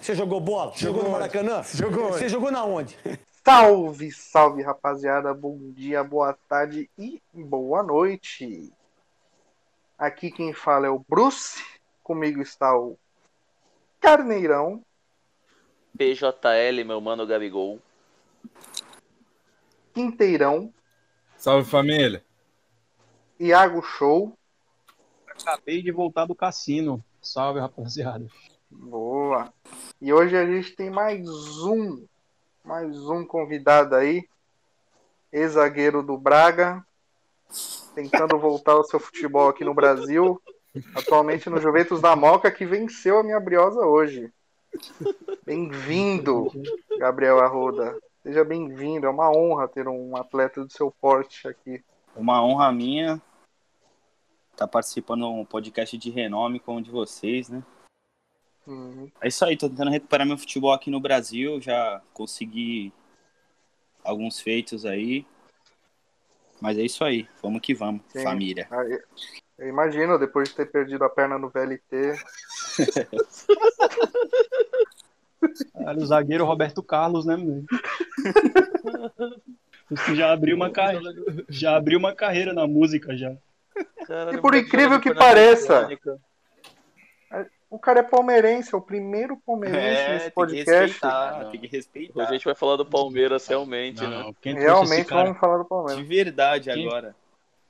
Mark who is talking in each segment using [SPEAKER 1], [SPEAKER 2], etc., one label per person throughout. [SPEAKER 1] Você jogou bola? Jogou, no Maracanã?
[SPEAKER 2] Jogou
[SPEAKER 1] Você
[SPEAKER 2] onde?
[SPEAKER 1] jogou na onde?
[SPEAKER 3] Salve, salve rapaziada, bom dia, boa tarde e boa noite. Aqui quem fala é o Bruce, comigo está o Carneirão
[SPEAKER 4] PJL, meu mano Gabigol.
[SPEAKER 3] Quinteirão,
[SPEAKER 2] Salve família.
[SPEAKER 3] Iago Show.
[SPEAKER 5] Acabei de voltar do cassino. Salve, rapaziada.
[SPEAKER 3] Boa. E hoje a gente tem mais um, mais um convidado aí, ex-zagueiro do Braga, tentando voltar ao seu futebol aqui no Brasil, atualmente no Juventus da Moca, que venceu a minha briosa hoje. Bem-vindo, Gabriel Arruda. Seja bem-vindo, é uma honra ter um atleta do seu porte aqui.
[SPEAKER 6] Uma honra minha estar participando de um podcast de renome como o de vocês, né?
[SPEAKER 3] Uhum.
[SPEAKER 6] É isso aí, tô tentando recuperar meu futebol aqui no Brasil, já consegui alguns feitos aí. Mas é isso aí, vamos que vamos,
[SPEAKER 3] Sim.
[SPEAKER 6] família.
[SPEAKER 3] Ah, eu- Eu imagino, depois de ter perdido a perna no VLT,
[SPEAKER 5] Era o zagueiro Roberto Carlos, né, meu? Você já abriu uma carreira. Já abriu uma carreira na música já.
[SPEAKER 4] Caralho,
[SPEAKER 3] E por
[SPEAKER 4] moleque
[SPEAKER 3] incrível
[SPEAKER 4] jogando
[SPEAKER 3] que
[SPEAKER 4] na Liga
[SPEAKER 3] pareça,
[SPEAKER 4] Eletrônica.
[SPEAKER 3] O cara é palmeirense, é o primeiro palmeirense
[SPEAKER 6] É,
[SPEAKER 3] nesse podcast.
[SPEAKER 5] né?
[SPEAKER 4] não.
[SPEAKER 6] tem
[SPEAKER 4] Hoje
[SPEAKER 6] que
[SPEAKER 4] a
[SPEAKER 6] respeitar.
[SPEAKER 4] gente vai falar do Palmeiras realmente, né?
[SPEAKER 5] Não, quem, trouxe esse
[SPEAKER 3] Realmente um
[SPEAKER 5] cara?
[SPEAKER 3] vamos falar do
[SPEAKER 6] De
[SPEAKER 3] Palmeiras.
[SPEAKER 6] verdade
[SPEAKER 5] Quem-
[SPEAKER 6] agora.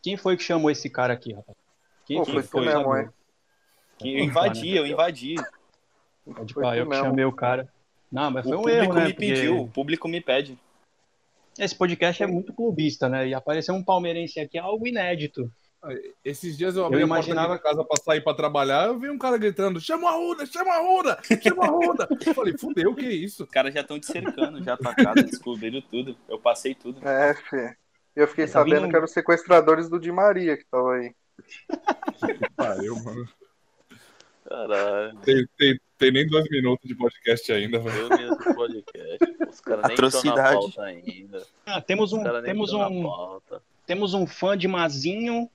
[SPEAKER 5] quem foi que chamou esse cara aqui, rapaz? Quem,
[SPEAKER 3] Pô,
[SPEAKER 5] quem
[SPEAKER 3] foi tu mesmo,
[SPEAKER 5] sabe?
[SPEAKER 3] hein?
[SPEAKER 5] um
[SPEAKER 6] Eu invadi,
[SPEAKER 5] né?
[SPEAKER 6] eu invadi.
[SPEAKER 5] Pode
[SPEAKER 3] Foi
[SPEAKER 5] pá,
[SPEAKER 3] tu
[SPEAKER 5] eu que
[SPEAKER 3] mesmo.
[SPEAKER 5] chamei o cara. Não, mas
[SPEAKER 6] O
[SPEAKER 5] foi um
[SPEAKER 6] público
[SPEAKER 5] erro, né?
[SPEAKER 6] me
[SPEAKER 5] Porque
[SPEAKER 6] pediu, o público me pede.
[SPEAKER 5] Esse podcast é muito clubista, né? E aparecer um palmeirense aqui é algo inédito.
[SPEAKER 2] Esses dias eu abri
[SPEAKER 5] Eu
[SPEAKER 2] a porta da
[SPEAKER 5] imaginava-
[SPEAKER 2] minha casa pra sair pra trabalhar, eu vi um cara gritando, chama a Ruda, chama a Ruda, chama a Ruda. Eu falei, fudeu, que isso?
[SPEAKER 6] Os caras já estão te cercando, já pra casa, descobriram tudo. Eu passei tudo.
[SPEAKER 3] É, fi. Eu fiquei
[SPEAKER 5] Tá
[SPEAKER 3] sabendo
[SPEAKER 5] vindo-
[SPEAKER 3] que eram os sequestradores do Di Maria que estavam aí.
[SPEAKER 2] Pariu, mano.
[SPEAKER 4] Caralho,
[SPEAKER 2] Tem, tem- tem nem dois minutos de podcast ainda, velho.
[SPEAKER 4] eu mesmo do podcast. Os caras nem estão na
[SPEAKER 6] Atrocidade.
[SPEAKER 4] pauta ainda. Os
[SPEAKER 5] Ah, temos um,
[SPEAKER 4] caras nem
[SPEAKER 5] temos
[SPEAKER 4] tão na
[SPEAKER 5] um,
[SPEAKER 4] pauta.
[SPEAKER 5] temos um fã de Mazinho,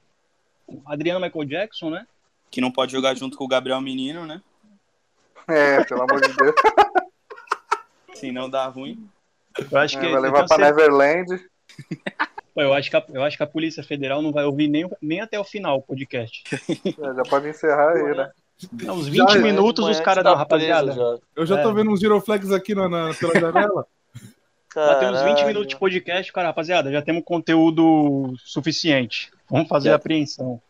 [SPEAKER 5] Adriano Michael Jackson, né?
[SPEAKER 6] Que não pode jogar junto com o Gabriel Menino, né?
[SPEAKER 3] É, pelo amor de Deus.
[SPEAKER 6] Se não dá ruim.
[SPEAKER 5] Eu acho que
[SPEAKER 3] É, vai levar
[SPEAKER 5] então,
[SPEAKER 3] pra
[SPEAKER 5] você-
[SPEAKER 3] Neverland.
[SPEAKER 5] Pô, eu acho que a, eu acho que a Polícia Federal não vai ouvir nem, nem até o final o podcast.
[SPEAKER 3] É, já pode encerrar aí, né?
[SPEAKER 5] Não, uns
[SPEAKER 2] Já
[SPEAKER 5] 20
[SPEAKER 2] é.
[SPEAKER 5] minutos
[SPEAKER 4] Amanhã
[SPEAKER 5] os caras
[SPEAKER 4] tá
[SPEAKER 5] da
[SPEAKER 4] preso
[SPEAKER 5] rapaziada.
[SPEAKER 4] já.
[SPEAKER 2] Eu já tô
[SPEAKER 5] É.
[SPEAKER 2] vendo uns giroflex aqui na, na, pela janela.
[SPEAKER 5] Já tem uns 20
[SPEAKER 4] Caralho.
[SPEAKER 5] minutos de podcast, cara, rapaziada, já temos conteúdo suficiente. Vamos fazer a apreensão.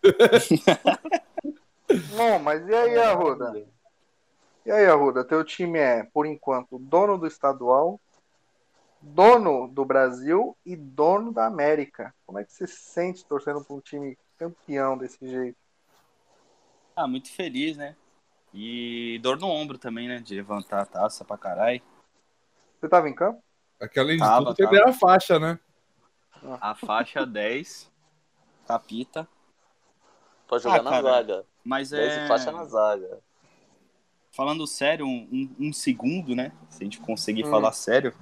[SPEAKER 3] Bom, mas e aí, Arruda? E aí, Arruda? Teu time é, por enquanto, dono do estadual, dono do Brasil e dono da América. Como é que você se sente torcendo pra um time campeão desse jeito?
[SPEAKER 6] Ah, muito feliz, né? E dor no ombro também, né? De levantar a taça pra caralho.
[SPEAKER 3] Você tava em campo?
[SPEAKER 2] Aqui, além de
[SPEAKER 6] Tava,
[SPEAKER 2] tudo,
[SPEAKER 6] tava.
[SPEAKER 2] tem a faixa, né?
[SPEAKER 6] A faixa 10, capita.
[SPEAKER 4] Pra jogar
[SPEAKER 6] Ah,
[SPEAKER 4] na
[SPEAKER 6] cara.
[SPEAKER 4] zaga.
[SPEAKER 6] Mas
[SPEAKER 4] 10
[SPEAKER 6] é.
[SPEAKER 4] e faixa na zaga.
[SPEAKER 6] Falando sério, um, um- um segundo, né? Se a gente conseguir
[SPEAKER 3] Hum.
[SPEAKER 6] falar sério.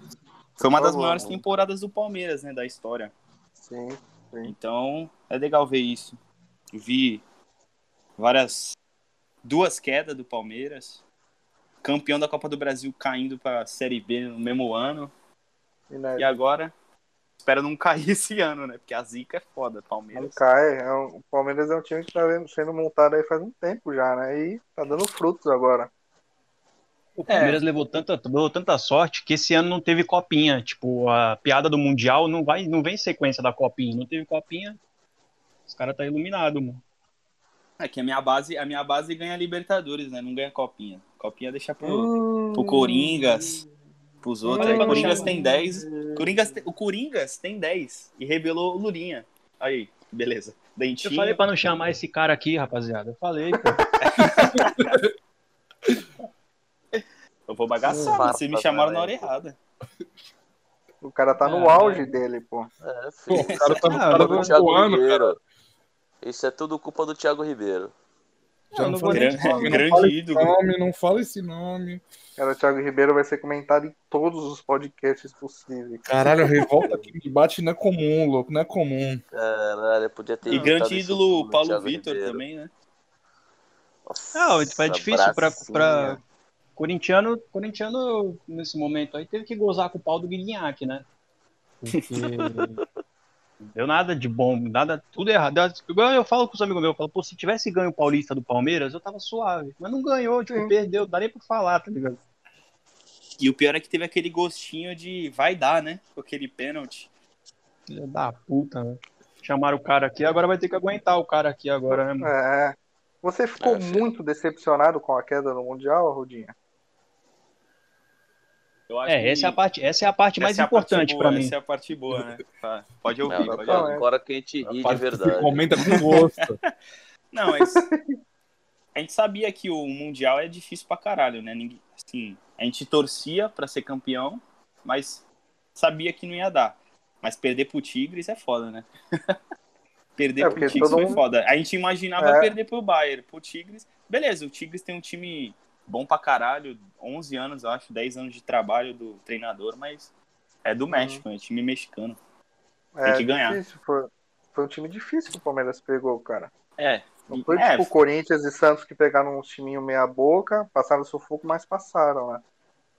[SPEAKER 6] Foi uma
[SPEAKER 3] Por
[SPEAKER 6] das
[SPEAKER 3] favor.
[SPEAKER 6] maiores temporadas do Palmeiras, né? Da história.
[SPEAKER 3] Sim.
[SPEAKER 6] Então, é legal ver isso. Vi várias. Duas quedas do Palmeiras. Campeão da Copa do Brasil caindo pra Série B no mesmo ano. E
[SPEAKER 3] Inédito.
[SPEAKER 6] agora, espero não cair esse ano, né? Porque a zica é foda,
[SPEAKER 3] Não
[SPEAKER 6] Palmeiras.
[SPEAKER 3] cai. é um- o Palmeiras é um time que tá vendo- sendo montado aí faz um tempo já, né? E tá dando frutos agora.
[SPEAKER 5] O Palmeiras levou, tanta, levou tanta sorte que esse ano não teve copinha. Tipo, a piada do Mundial não, vai, não vem sequência da copinha. Não teve copinha, os caras tá iluminado, mano.
[SPEAKER 6] É que a minha base, a minha base ganha Libertadores, né? Não ganha Copinha. Copinha deixa pro,
[SPEAKER 3] Hum,
[SPEAKER 6] pro Coringas, pros outros.
[SPEAKER 5] Olha
[SPEAKER 6] Aí,
[SPEAKER 5] pra
[SPEAKER 6] Coringas
[SPEAKER 5] chamar.
[SPEAKER 6] tem 10. Coringas tem- o Coringas tem 10 e revelou o Lurinha. Aí, beleza.
[SPEAKER 5] Eu
[SPEAKER 6] Dentinho.
[SPEAKER 5] falei pra não chamar esse cara aqui, rapaziada. Eu falei, pô.
[SPEAKER 6] Eu vou bagaçar,
[SPEAKER 4] Farpa,
[SPEAKER 6] vocês me chamaram na hora
[SPEAKER 4] caralho.
[SPEAKER 6] errada.
[SPEAKER 3] O cara tá no
[SPEAKER 5] Ah,
[SPEAKER 3] auge dele, pô.
[SPEAKER 4] É, filho.
[SPEAKER 2] Pô, o cara tá, o
[SPEAKER 5] Ah,
[SPEAKER 2] cara
[SPEAKER 5] eu
[SPEAKER 2] tá
[SPEAKER 5] vou-
[SPEAKER 2] voando, cara.
[SPEAKER 4] Isso é tudo culpa do Thiago Ribeiro.
[SPEAKER 5] Eu
[SPEAKER 2] Já não,
[SPEAKER 5] não vou
[SPEAKER 2] fala
[SPEAKER 5] nem
[SPEAKER 2] esse
[SPEAKER 6] Grande,
[SPEAKER 2] nome, não fala
[SPEAKER 6] grande
[SPEAKER 2] esse
[SPEAKER 6] ídolo.
[SPEAKER 2] nome, não fala esse nome.
[SPEAKER 3] Cara, o Thiago Ribeiro vai ser comentado em todos os podcasts possíveis.
[SPEAKER 2] Caralho, a revolta aqui me bate não é comum, louco, não é comum.
[SPEAKER 4] Caralho, podia ter
[SPEAKER 6] E
[SPEAKER 4] evitado
[SPEAKER 7] tá
[SPEAKER 6] grande
[SPEAKER 4] isso
[SPEAKER 6] ídolo
[SPEAKER 4] tudo,
[SPEAKER 6] Paulo
[SPEAKER 4] Thiago
[SPEAKER 6] Vitor
[SPEAKER 4] Ribeiro.
[SPEAKER 6] também, né?
[SPEAKER 4] Nossa,
[SPEAKER 5] Não, é tipo, difícil pra,
[SPEAKER 4] bracinha.
[SPEAKER 5] pra Corintiano, corintiano, nesse momento aí, teve que gozar com o pau do Guignac, né? Porque deu nada de bom, nada, tudo errado. Igual eu falo com os amigos meus, eu falo, pô, se tivesse ganho o Paulista do Palmeiras, eu tava suave. Mas não ganhou, tipo,
[SPEAKER 3] Sim.
[SPEAKER 5] perdeu, dá nem pra falar, tá ligado?
[SPEAKER 6] E o pior é que teve aquele gostinho de vai dar, né? Com aquele pênalti.
[SPEAKER 5] Filha da puta, né? Chamaram o cara aqui, agora vai ter que aguentar o cara aqui agora, né, mano?
[SPEAKER 3] É. Você ficou
[SPEAKER 4] É, filho.
[SPEAKER 3] muito decepcionado com a queda no Mundial, Rudinha?
[SPEAKER 6] Eu acho
[SPEAKER 5] É,
[SPEAKER 6] que-
[SPEAKER 5] essa é a parte, essa é a parte mais
[SPEAKER 6] essa é a parte
[SPEAKER 5] importante
[SPEAKER 6] boa,
[SPEAKER 5] pra mim.
[SPEAKER 6] Essa é a parte boa, né? Tá, Pode
[SPEAKER 4] Não,
[SPEAKER 6] ouvir,
[SPEAKER 4] não,
[SPEAKER 6] pode
[SPEAKER 4] não,
[SPEAKER 6] ouvir.
[SPEAKER 4] agora que a gente ri de
[SPEAKER 2] Rapaz, você
[SPEAKER 4] verdade.
[SPEAKER 2] Comenta com gosto.
[SPEAKER 6] Não, mas a gente sabia que o Mundial é difícil pra caralho, né? Ninguém- Assim, a gente torcia pra ser campeão, mas sabia que não ia dar. Mas perder pro Tigres é foda, né? perder
[SPEAKER 3] É,
[SPEAKER 6] pro
[SPEAKER 3] porque
[SPEAKER 6] Tigres
[SPEAKER 3] todo
[SPEAKER 6] foi
[SPEAKER 3] mundo-
[SPEAKER 6] foda. A gente imaginava
[SPEAKER 3] É.
[SPEAKER 6] perder pro Bayern, pro Tigres. Beleza, o Tigres tem um time bom pra caralho, 11 anos, eu acho, 10 anos de trabalho do treinador, mas é
[SPEAKER 3] Uhum.
[SPEAKER 6] do México, é time mexicano.
[SPEAKER 3] É,
[SPEAKER 6] que ganhar.
[SPEAKER 3] Difícil, foi, foi um time difícil que o Palmeiras pegou, cara.
[SPEAKER 6] É.
[SPEAKER 3] Não foi
[SPEAKER 6] é,
[SPEAKER 3] tipo Corinthians e Santos que pegaram uns timinho meia boca, passaram sufoco, mas passaram, né?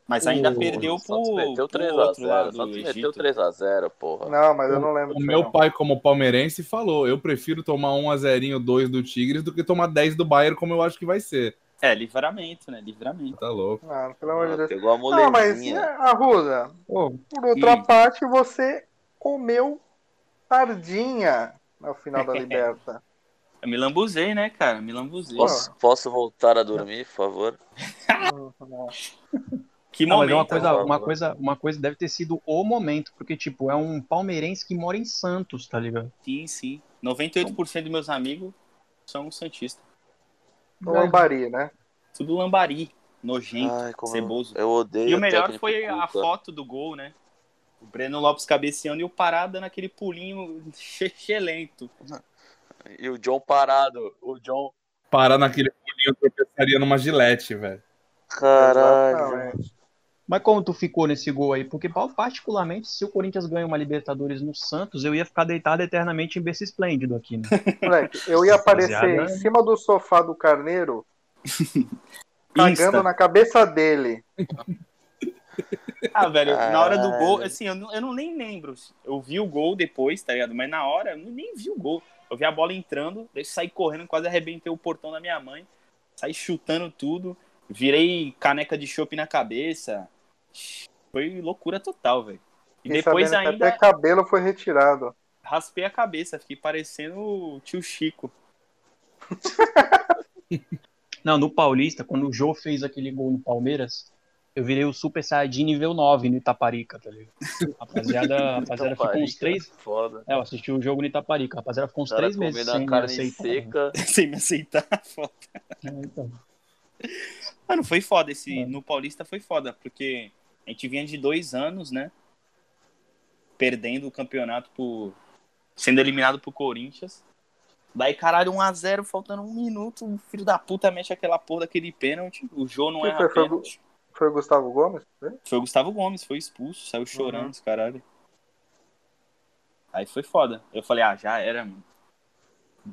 [SPEAKER 6] mas ainda
[SPEAKER 2] o-
[SPEAKER 6] perdeu pro,
[SPEAKER 4] Santos meteu
[SPEAKER 6] pro
[SPEAKER 4] 3 a
[SPEAKER 6] outro
[SPEAKER 4] 0,
[SPEAKER 6] lado do
[SPEAKER 4] Santos meteu
[SPEAKER 6] Egito.
[SPEAKER 4] 3 a 0, porra.
[SPEAKER 3] Não, mas eu não lembro.
[SPEAKER 2] O
[SPEAKER 3] disso,
[SPEAKER 2] meu
[SPEAKER 3] não.
[SPEAKER 2] pai, como palmeirense, falou: eu prefiro tomar um a zerinho, dois do Tigres, do que tomar 10 do Bayern, como eu acho que vai ser.
[SPEAKER 6] É, livramento, né? Livramento.
[SPEAKER 2] Tá louco.
[SPEAKER 3] Ah, pelo amor de Deus.
[SPEAKER 4] Pegou a
[SPEAKER 3] Não, mas
[SPEAKER 4] molezinha.
[SPEAKER 3] é, Arruda,
[SPEAKER 5] Pô,
[SPEAKER 3] por outra
[SPEAKER 6] Hum.
[SPEAKER 3] parte, você comeu sardinha no final da Liberta.
[SPEAKER 6] Eu me lambuzei, né, cara? Me
[SPEAKER 3] é,
[SPEAKER 6] lambuzei.
[SPEAKER 4] Posso, posso voltar a dormir, por favor?
[SPEAKER 3] Uhum.
[SPEAKER 6] Que
[SPEAKER 5] Não, mas
[SPEAKER 6] momento. né?
[SPEAKER 5] é uma coisa,
[SPEAKER 4] Paulo.
[SPEAKER 5] uma coisa, uma coisa deve ter sido o momento, porque tipo, é um palmeirense que mora em Santos, tá ligado?
[SPEAKER 6] Sim, sim. 98% dos meus amigos são santistas.
[SPEAKER 3] No Lambari, né?
[SPEAKER 6] Tudo lambari, nojento,
[SPEAKER 4] Ai, Ah, como eu-
[SPEAKER 6] ceboso.
[SPEAKER 4] eu odeio.
[SPEAKER 6] é E o melhor
[SPEAKER 4] técnico
[SPEAKER 6] foi a
[SPEAKER 4] Cuca.
[SPEAKER 6] foto do gol, né? O Breno Lopes cabeceando e o Parada naquele pulinho lento.
[SPEAKER 4] E o John parado. O John.
[SPEAKER 2] Parar naquele pulinho, tropeçaria numa gilete, velho.
[SPEAKER 4] Caralho.
[SPEAKER 3] Exatamente.
[SPEAKER 5] Mas como tu ficou nesse gol aí? Porque pa- particularmente se o Corinthians ganha uma Libertadores no Santos, eu ia ficar deitado eternamente em berço esplêndido aqui, né?
[SPEAKER 3] Moleque, eu ia aparecer
[SPEAKER 5] Rapaziada.
[SPEAKER 3] em cima do sofá do carneiro,
[SPEAKER 6] Insta.
[SPEAKER 3] cagando na cabeça dele.
[SPEAKER 6] Ah, velho, na hora do gol,
[SPEAKER 4] Caralho.
[SPEAKER 6] assim, eu não, eu não nem lembro. Eu vi o gol depois, tá ligado? Mas na hora, eu nem vi o gol. Eu vi a bola entrando, daí saí correndo, quase arrebentei o portão da minha mãe. Saí chutando tudo, virei caneca de chopp na cabeça. Foi loucura total, velho. E
[SPEAKER 3] Fiquei
[SPEAKER 6] depois
[SPEAKER 3] sabendo que
[SPEAKER 6] ainda
[SPEAKER 3] até cabelo foi retirado.
[SPEAKER 6] raspei a cabeça, fiquei parecendo o tio Chico.
[SPEAKER 5] Não, no Paulista, quando o Jô fez aquele gol no Palmeiras, eu virei o Super Saiyajin nível 9 no Itaparica, tá ligado? Rapaziada, rapaziada ficou uns
[SPEAKER 4] Itaparica,
[SPEAKER 5] três.
[SPEAKER 4] Foda.
[SPEAKER 5] É, eu assisti o jogo no Itaparica, rapaziada ficou
[SPEAKER 4] Os
[SPEAKER 5] uns
[SPEAKER 4] cara
[SPEAKER 5] três
[SPEAKER 4] comendo
[SPEAKER 5] meses sem
[SPEAKER 4] a
[SPEAKER 5] me
[SPEAKER 4] carne
[SPEAKER 5] aceitar.
[SPEAKER 6] né?
[SPEAKER 4] seca.
[SPEAKER 6] Sem me aceitar a foto.
[SPEAKER 5] É, então.
[SPEAKER 6] Mano, foi foda esse.
[SPEAKER 5] É.
[SPEAKER 6] No Paulista foi foda, porque a gente vinha de dois anos, né? Perdendo o campeonato por. sendo eliminado pro Corinthians. Daí, caralho, 1x0, faltando um minuto. O filho da puta mexe aquela porra daquele pênalti. O Jô não é
[SPEAKER 3] Que foi?
[SPEAKER 6] erra
[SPEAKER 3] Foi o
[SPEAKER 6] pênalti.
[SPEAKER 3] Foi o Gustavo Gomes? né?
[SPEAKER 6] Foi o Gustavo Gomes, foi expulso, saiu chorando,
[SPEAKER 3] Uhum.
[SPEAKER 6] os caralho. Aí foi foda. Eu falei, ah, já era, mano.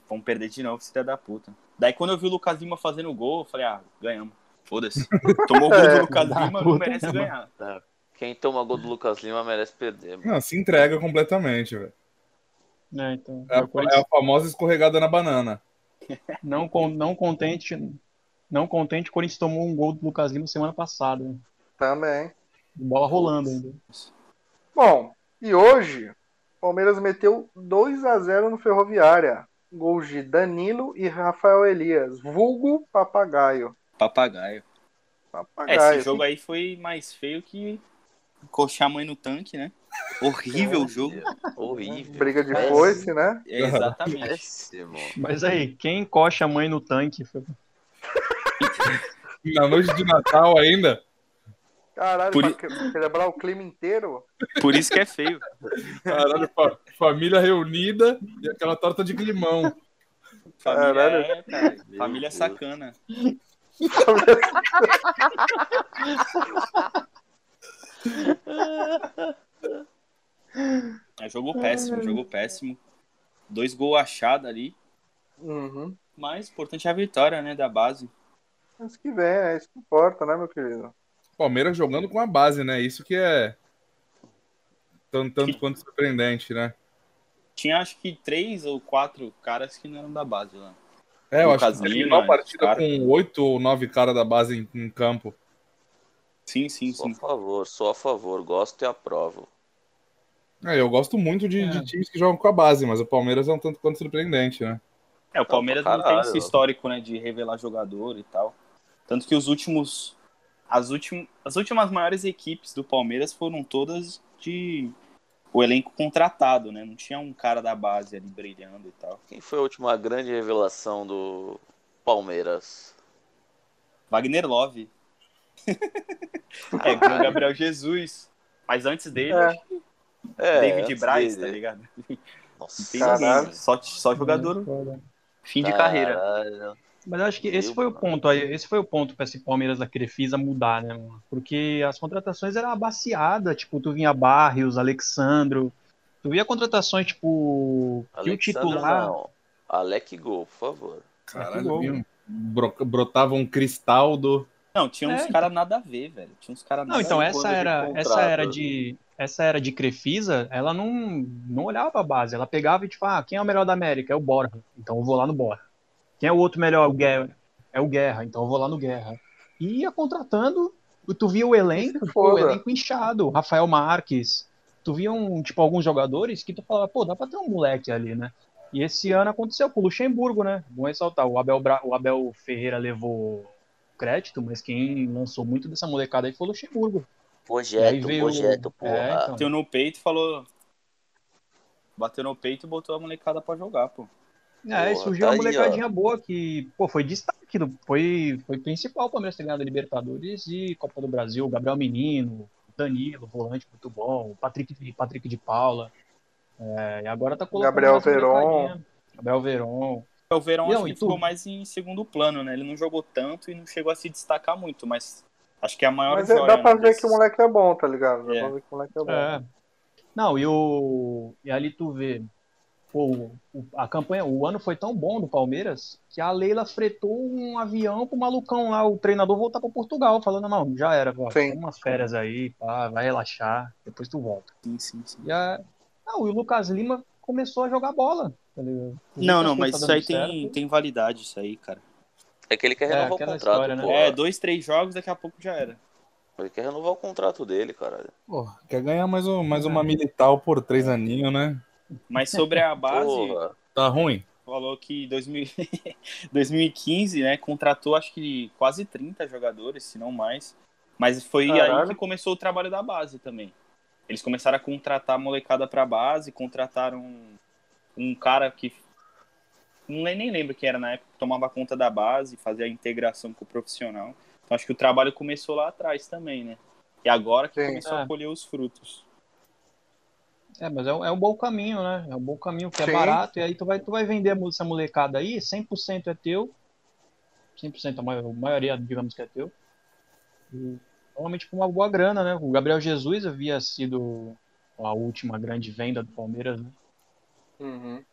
[SPEAKER 6] Vamos perder de novo, filha da puta. Daí quando eu vi o Lucas Lima fazendo gol, eu falei, ah, ganhamos. Foda-se. Tomou o gol do Lucas
[SPEAKER 5] da
[SPEAKER 6] Lima, não
[SPEAKER 5] puta,
[SPEAKER 6] merece
[SPEAKER 5] mano.
[SPEAKER 6] ganhar.
[SPEAKER 4] Quem toma gol do Lucas Lima merece perder. mano.
[SPEAKER 2] Não, se entrega completamente, velho.
[SPEAKER 5] É, então.
[SPEAKER 2] É, a-
[SPEAKER 5] O Corinthians-
[SPEAKER 2] é a famosa escorregada na banana.
[SPEAKER 5] Não, con- não contente, não contente, o Corinthians tomou um gol do Lucas Lima semana passada. né?
[SPEAKER 3] Também.
[SPEAKER 5] Bola rolando ainda.
[SPEAKER 3] Bom, e hoje, o Palmeiras meteu 2 a 0 no Ferroviária. Gols de Danilo e Rafael Elias. Vulgo papagaio.
[SPEAKER 6] Papagaio. É,
[SPEAKER 3] Papagaio. assim,
[SPEAKER 6] esse jogo aí foi mais feio que coxar a mãe no tanque, né?
[SPEAKER 7] É.
[SPEAKER 6] Horrível o
[SPEAKER 7] Uhum.
[SPEAKER 6] jogo.
[SPEAKER 4] Horrível.
[SPEAKER 3] Briga de
[SPEAKER 4] Mas-
[SPEAKER 3] foice, né?
[SPEAKER 6] É, exatamente.
[SPEAKER 4] Péssimo.
[SPEAKER 5] Mas aí, quem encoxa a mãe no tanque? Foi...
[SPEAKER 2] Na noite de Natal ainda.
[SPEAKER 3] Caralho,
[SPEAKER 6] Por
[SPEAKER 3] pra que- celebrar o clima inteiro.
[SPEAKER 6] Por isso que é feio.
[SPEAKER 2] Caralho, fa- família reunida e aquela torta de limão.
[SPEAKER 6] Família
[SPEAKER 3] Caralho.
[SPEAKER 6] é, cara.
[SPEAKER 4] Meu
[SPEAKER 6] Família
[SPEAKER 4] Deus.
[SPEAKER 6] sacana. É jogo péssimo, jogo péssimo. Dois gols achados ali.
[SPEAKER 3] Uhum.
[SPEAKER 6] Mas o importante é a vitória, né? Da base.
[SPEAKER 3] É isso que vem, é isso que importa, né, meu querido?
[SPEAKER 2] Palmeiras jogando com a base, né? Isso que é tanto, tanto quanto surpreendente, né?
[SPEAKER 6] Tinha acho que três ou quatro caras que não eram da base lá.
[SPEAKER 2] É, eu
[SPEAKER 6] No
[SPEAKER 2] acho que
[SPEAKER 6] Casimiro,
[SPEAKER 2] terminou a
[SPEAKER 6] né,
[SPEAKER 2] partida
[SPEAKER 6] cara.
[SPEAKER 2] com oito ou nove caras da base em, em campo.
[SPEAKER 6] Sim, sim,
[SPEAKER 4] Sou a
[SPEAKER 6] sim.
[SPEAKER 4] favor, sou a favor, gosto e aprovo.
[SPEAKER 2] É, eu gosto muito de,
[SPEAKER 5] É.
[SPEAKER 2] de times que jogam com a base, mas o Palmeiras é um tanto quanto surpreendente, né?
[SPEAKER 6] É, o
[SPEAKER 4] pra
[SPEAKER 6] Palmeiras não tem
[SPEAKER 4] caralho.
[SPEAKER 6] esse histórico, né, de revelar jogador e tal. Tanto que os últimos. As, ultim, as últimas maiores equipes do Palmeiras foram todas de. O elenco contratado, né? Não tinha um cara da base ali brilhando e tal.
[SPEAKER 4] Quem foi a última grande revelação do Palmeiras?
[SPEAKER 6] Wagner Love. é, com o Gabriel Jesus. Mas antes dele,
[SPEAKER 3] É.
[SPEAKER 6] acho que
[SPEAKER 4] É,
[SPEAKER 6] David
[SPEAKER 4] antes
[SPEAKER 6] Braz,
[SPEAKER 4] dele.
[SPEAKER 6] tá ligado? Não
[SPEAKER 4] Nossa,
[SPEAKER 6] tem
[SPEAKER 3] Caralho.
[SPEAKER 6] ninguém. Só, só jogador fim de carreira.
[SPEAKER 4] Caralho.
[SPEAKER 5] Mas né? eu acho que esse
[SPEAKER 4] Meu
[SPEAKER 5] foi o
[SPEAKER 4] pai.
[SPEAKER 5] ponto aí, esse foi o ponto para esse Palmeiras da Crefisa mudar, né, mano? Porque as contratações eram abaciadas, tipo, tu vinha Barrios, Alexandro, tu via contratações, tipo, que o
[SPEAKER 4] Alexandre
[SPEAKER 5] titular.
[SPEAKER 4] não. Alec Gol, por favor.
[SPEAKER 2] Caralho,
[SPEAKER 5] bom.
[SPEAKER 2] vinha um- bro- brotava um Cristaldo.
[SPEAKER 6] Não, tinha uns
[SPEAKER 5] É,
[SPEAKER 6] caras nada a ver, velho. Tinha uns caras
[SPEAKER 5] Não,
[SPEAKER 6] nada
[SPEAKER 5] então
[SPEAKER 4] Sim,
[SPEAKER 6] a ver.
[SPEAKER 5] essa
[SPEAKER 4] quando de
[SPEAKER 5] era,
[SPEAKER 4] contrato.
[SPEAKER 5] essa era de essa era de Crefisa, ela não, não olhava pra base, ela pegava e tipo, ah, quem é o melhor da América? É o Borja, então eu vou lá no Borja. Quem é o outro melhor? É o Guerra, é o Guerra, então eu vou lá no Guerra. E ia contratando, tu via o elenco,
[SPEAKER 3] se
[SPEAKER 5] pô, o
[SPEAKER 3] foda.
[SPEAKER 5] elenco inchado, Rafael Marques, tu via um, tipo alguns jogadores que tu falava, pô, dá pra ter um moleque ali, né? E esse ano aconteceu com o Luxemburgo, né? Bom ressaltar, o Abel, Bra- o Abel Ferreira levou crédito, mas quem lançou muito dessa molecada aí foi o Luxemburgo. E aí
[SPEAKER 4] Projeto,
[SPEAKER 5] veio-
[SPEAKER 4] projeto, porra.
[SPEAKER 5] É, então.
[SPEAKER 6] Bateu no peito e falou. Bateu no peito e botou a molecada pra jogar, pô.
[SPEAKER 5] É,
[SPEAKER 4] Porra,
[SPEAKER 5] e surgiu
[SPEAKER 4] tá
[SPEAKER 5] uma
[SPEAKER 4] aí,
[SPEAKER 5] molecadinha boa que, pô, foi destaque, do- foi, foi principal o Palmeiras ter ganhado a Libertadores e Copa do Brasil, Gabriel Menino, Danilo, volante muito bom, Patrick, Patrick de Paula, é, e agora tá colocando
[SPEAKER 3] Gabriel
[SPEAKER 5] mais uma
[SPEAKER 3] Veron.
[SPEAKER 5] molecadinha. Gabriel Veron.
[SPEAKER 6] O Verão
[SPEAKER 5] E
[SPEAKER 6] acho
[SPEAKER 5] não,
[SPEAKER 6] que
[SPEAKER 5] e tu?
[SPEAKER 6] ficou mais em segundo plano, né? Ele não jogou tanto e não chegou a se destacar muito, mas acho que é a maior
[SPEAKER 3] Mas é-
[SPEAKER 6] joia,
[SPEAKER 3] dá
[SPEAKER 6] né,
[SPEAKER 3] pra ver
[SPEAKER 6] desses-
[SPEAKER 3] que o moleque é bom, tá ligado? Dá
[SPEAKER 6] É.
[SPEAKER 3] pra ver que o moleque é bom.
[SPEAKER 5] É. Não, e o. E ali tu vê. Pô, o- a campanha, o ano foi tão bom do Palmeiras que a Leila fretou um avião pro malucão lá, o treinador voltar pra Portugal, falando, não, já era, vó,
[SPEAKER 3] Sim.
[SPEAKER 5] tem umas férias aí, pá, vai relaxar, depois tu volta.
[SPEAKER 6] Sim, sim, sim.
[SPEAKER 5] E a... Não, e o Lucas Lima começou a jogar bola, tá ligado? O
[SPEAKER 6] Não,
[SPEAKER 5] Lucas
[SPEAKER 6] não,
[SPEAKER 5] Lima
[SPEAKER 6] mas
[SPEAKER 5] tá
[SPEAKER 6] isso
[SPEAKER 5] dando
[SPEAKER 6] aí tem,
[SPEAKER 5] certo.
[SPEAKER 6] tem validade, isso aí, cara.
[SPEAKER 4] É que ele quer
[SPEAKER 5] É,
[SPEAKER 4] renovar o
[SPEAKER 5] aquela
[SPEAKER 4] contrato,
[SPEAKER 5] história, né?
[SPEAKER 4] pô.
[SPEAKER 6] É, dois, três jogos, daqui a pouco já era.
[SPEAKER 4] Ele quer renovar o contrato dele, caralho.
[SPEAKER 2] Porra, quer ganhar mais, um- mais
[SPEAKER 5] É.
[SPEAKER 2] uma militar por três aninhos, né?
[SPEAKER 6] Mas sobre a base,
[SPEAKER 4] Porra.
[SPEAKER 2] Tá ruim.
[SPEAKER 6] falou que 2000 2015, né, contratou acho que quase 30 jogadores, se não mais. Mas foi aí
[SPEAKER 3] Caralho.
[SPEAKER 6] que começou o trabalho da base também. Eles começaram a contratar a molecada pra base, contrataram um cara que não le- nem lembro quem era na época, que tomava conta da base, fazia a integração com o profissional. Então acho que o trabalho começou lá atrás também, né? E agora que
[SPEAKER 3] Sim.
[SPEAKER 6] começou
[SPEAKER 5] É.
[SPEAKER 6] a colher os frutos.
[SPEAKER 5] É, mas é, um- é um bom caminho, né? É um bom caminho que é
[SPEAKER 3] Sim.
[SPEAKER 5] barato, e aí tu vai, tu vai vender a mo- essa molecada aí, 100% é teu, 100% a maior- a maioria, digamos que é teu, e normalmente com uma boa grana, né? O Gabriel Jesus havia sido a última grande venda do Palmeiras, né?
[SPEAKER 3] Uhum.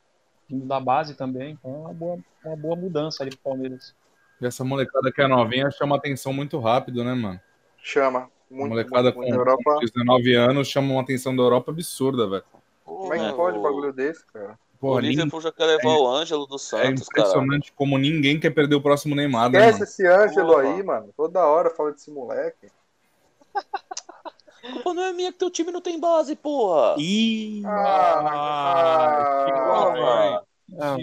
[SPEAKER 5] Vindo da base também, então é uma boa, uma boa mudança ali pro Palmeiras.
[SPEAKER 2] E essa molecada que é novinha chama atenção muito rápido, né, mano?
[SPEAKER 3] Chama. Muito,
[SPEAKER 2] molecada
[SPEAKER 3] muito, muito.
[SPEAKER 2] com-
[SPEAKER 5] Ah.
[SPEAKER 3] Europa.
[SPEAKER 2] 19 anos chama uma atenção da Europa absurda, velho.
[SPEAKER 3] Como é
[SPEAKER 5] Uhum.
[SPEAKER 3] que pode um bagulho desse, cara?
[SPEAKER 4] O
[SPEAKER 2] Porra, nin-
[SPEAKER 4] Liverpool já quer levar o Ângelo do
[SPEAKER 2] é
[SPEAKER 4] Santos, cara.
[SPEAKER 2] impressionante como ninguém quer perder o próximo Neymar,
[SPEAKER 6] Uhum.
[SPEAKER 2] né,
[SPEAKER 3] Esquece
[SPEAKER 2] mano?
[SPEAKER 3] esse Ângelo
[SPEAKER 4] Pô.
[SPEAKER 3] aí, mano. Toda hora fala desse moleque.
[SPEAKER 4] A culpa não é minha que teu time não tem base, porra.
[SPEAKER 6] E
[SPEAKER 3] Ah,
[SPEAKER 2] Porra,
[SPEAKER 3] ah,
[SPEAKER 2] velho.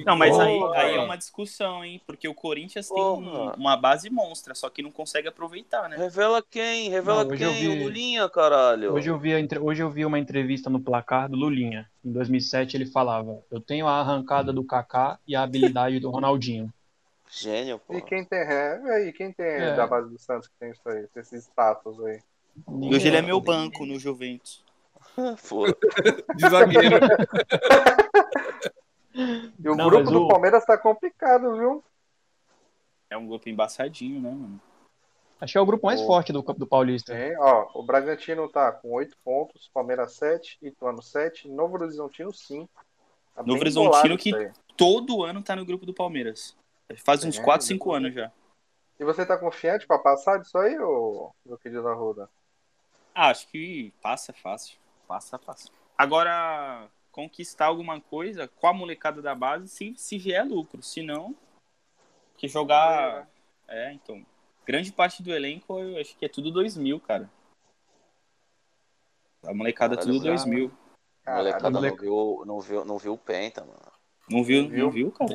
[SPEAKER 6] Não, mas aí,
[SPEAKER 4] Porra.
[SPEAKER 6] aí é uma discussão, hein? Porque o Corinthians tem um-
[SPEAKER 4] Porra.
[SPEAKER 6] uma base monstra, só que não consegue aproveitar, né?
[SPEAKER 4] Revela quem? Revela
[SPEAKER 5] Não, hoje eu
[SPEAKER 4] quem?
[SPEAKER 5] vi-
[SPEAKER 4] O Lulinha, caralho.
[SPEAKER 5] Hoje eu, vi a entre- hoje eu vi uma entrevista no placar do Lulinha. Em 2007 ele falava: Eu tenho a arrancada do Kaká e a habilidade do Ronaldinho.
[SPEAKER 4] Gênio, pô.
[SPEAKER 3] E quem tem é, e quem tem
[SPEAKER 5] É.
[SPEAKER 3] da base do Santos que tem isso aí, tem esses status aí.
[SPEAKER 6] E hoje ele é meu banco no Juventus.
[SPEAKER 7] Ah,
[SPEAKER 4] Foda.
[SPEAKER 2] De zagueiro.
[SPEAKER 3] E o
[SPEAKER 5] Não,
[SPEAKER 3] grupo
[SPEAKER 5] mas
[SPEAKER 3] do
[SPEAKER 5] o-
[SPEAKER 3] Palmeiras tá complicado, viu?
[SPEAKER 6] É um grupo embaçadinho, né, mano?
[SPEAKER 5] Acho que é o grupo mais
[SPEAKER 3] Pô.
[SPEAKER 5] forte do, do Paulista.
[SPEAKER 3] Tem, É, ó, o Bragantino tá com 8 pontos, Palmeiras 7, Ituano 7, Novo Horizontino 5. Tá
[SPEAKER 6] Novo
[SPEAKER 3] bem
[SPEAKER 6] Horizontino
[SPEAKER 3] bolado isso
[SPEAKER 6] que-
[SPEAKER 3] aí.
[SPEAKER 6] Todo ano tá no grupo do Palmeiras. Faz uns
[SPEAKER 3] É,
[SPEAKER 6] 4, 5
[SPEAKER 3] né?
[SPEAKER 6] anos já.
[SPEAKER 3] E você tá confiante pra passar disso aí, ô, meu querido Arruda?
[SPEAKER 6] Ah, acho que passa é fácil. Passa fácil. Agora, conquistar alguma coisa com a molecada da base, se, se vier é lucro. Se não, que jogar. É, então. Grande parte do elenco, eu acho que é tudo 2000, cara. A molecada é
[SPEAKER 7] Caralho,
[SPEAKER 6] tudo
[SPEAKER 7] brabo.
[SPEAKER 6] 2000.
[SPEAKER 7] A molecada
[SPEAKER 3] Caralho,
[SPEAKER 7] não viu, não, viu, não viu o Penta, mano.
[SPEAKER 6] Não viu,
[SPEAKER 3] Viu?
[SPEAKER 6] não viu, cara?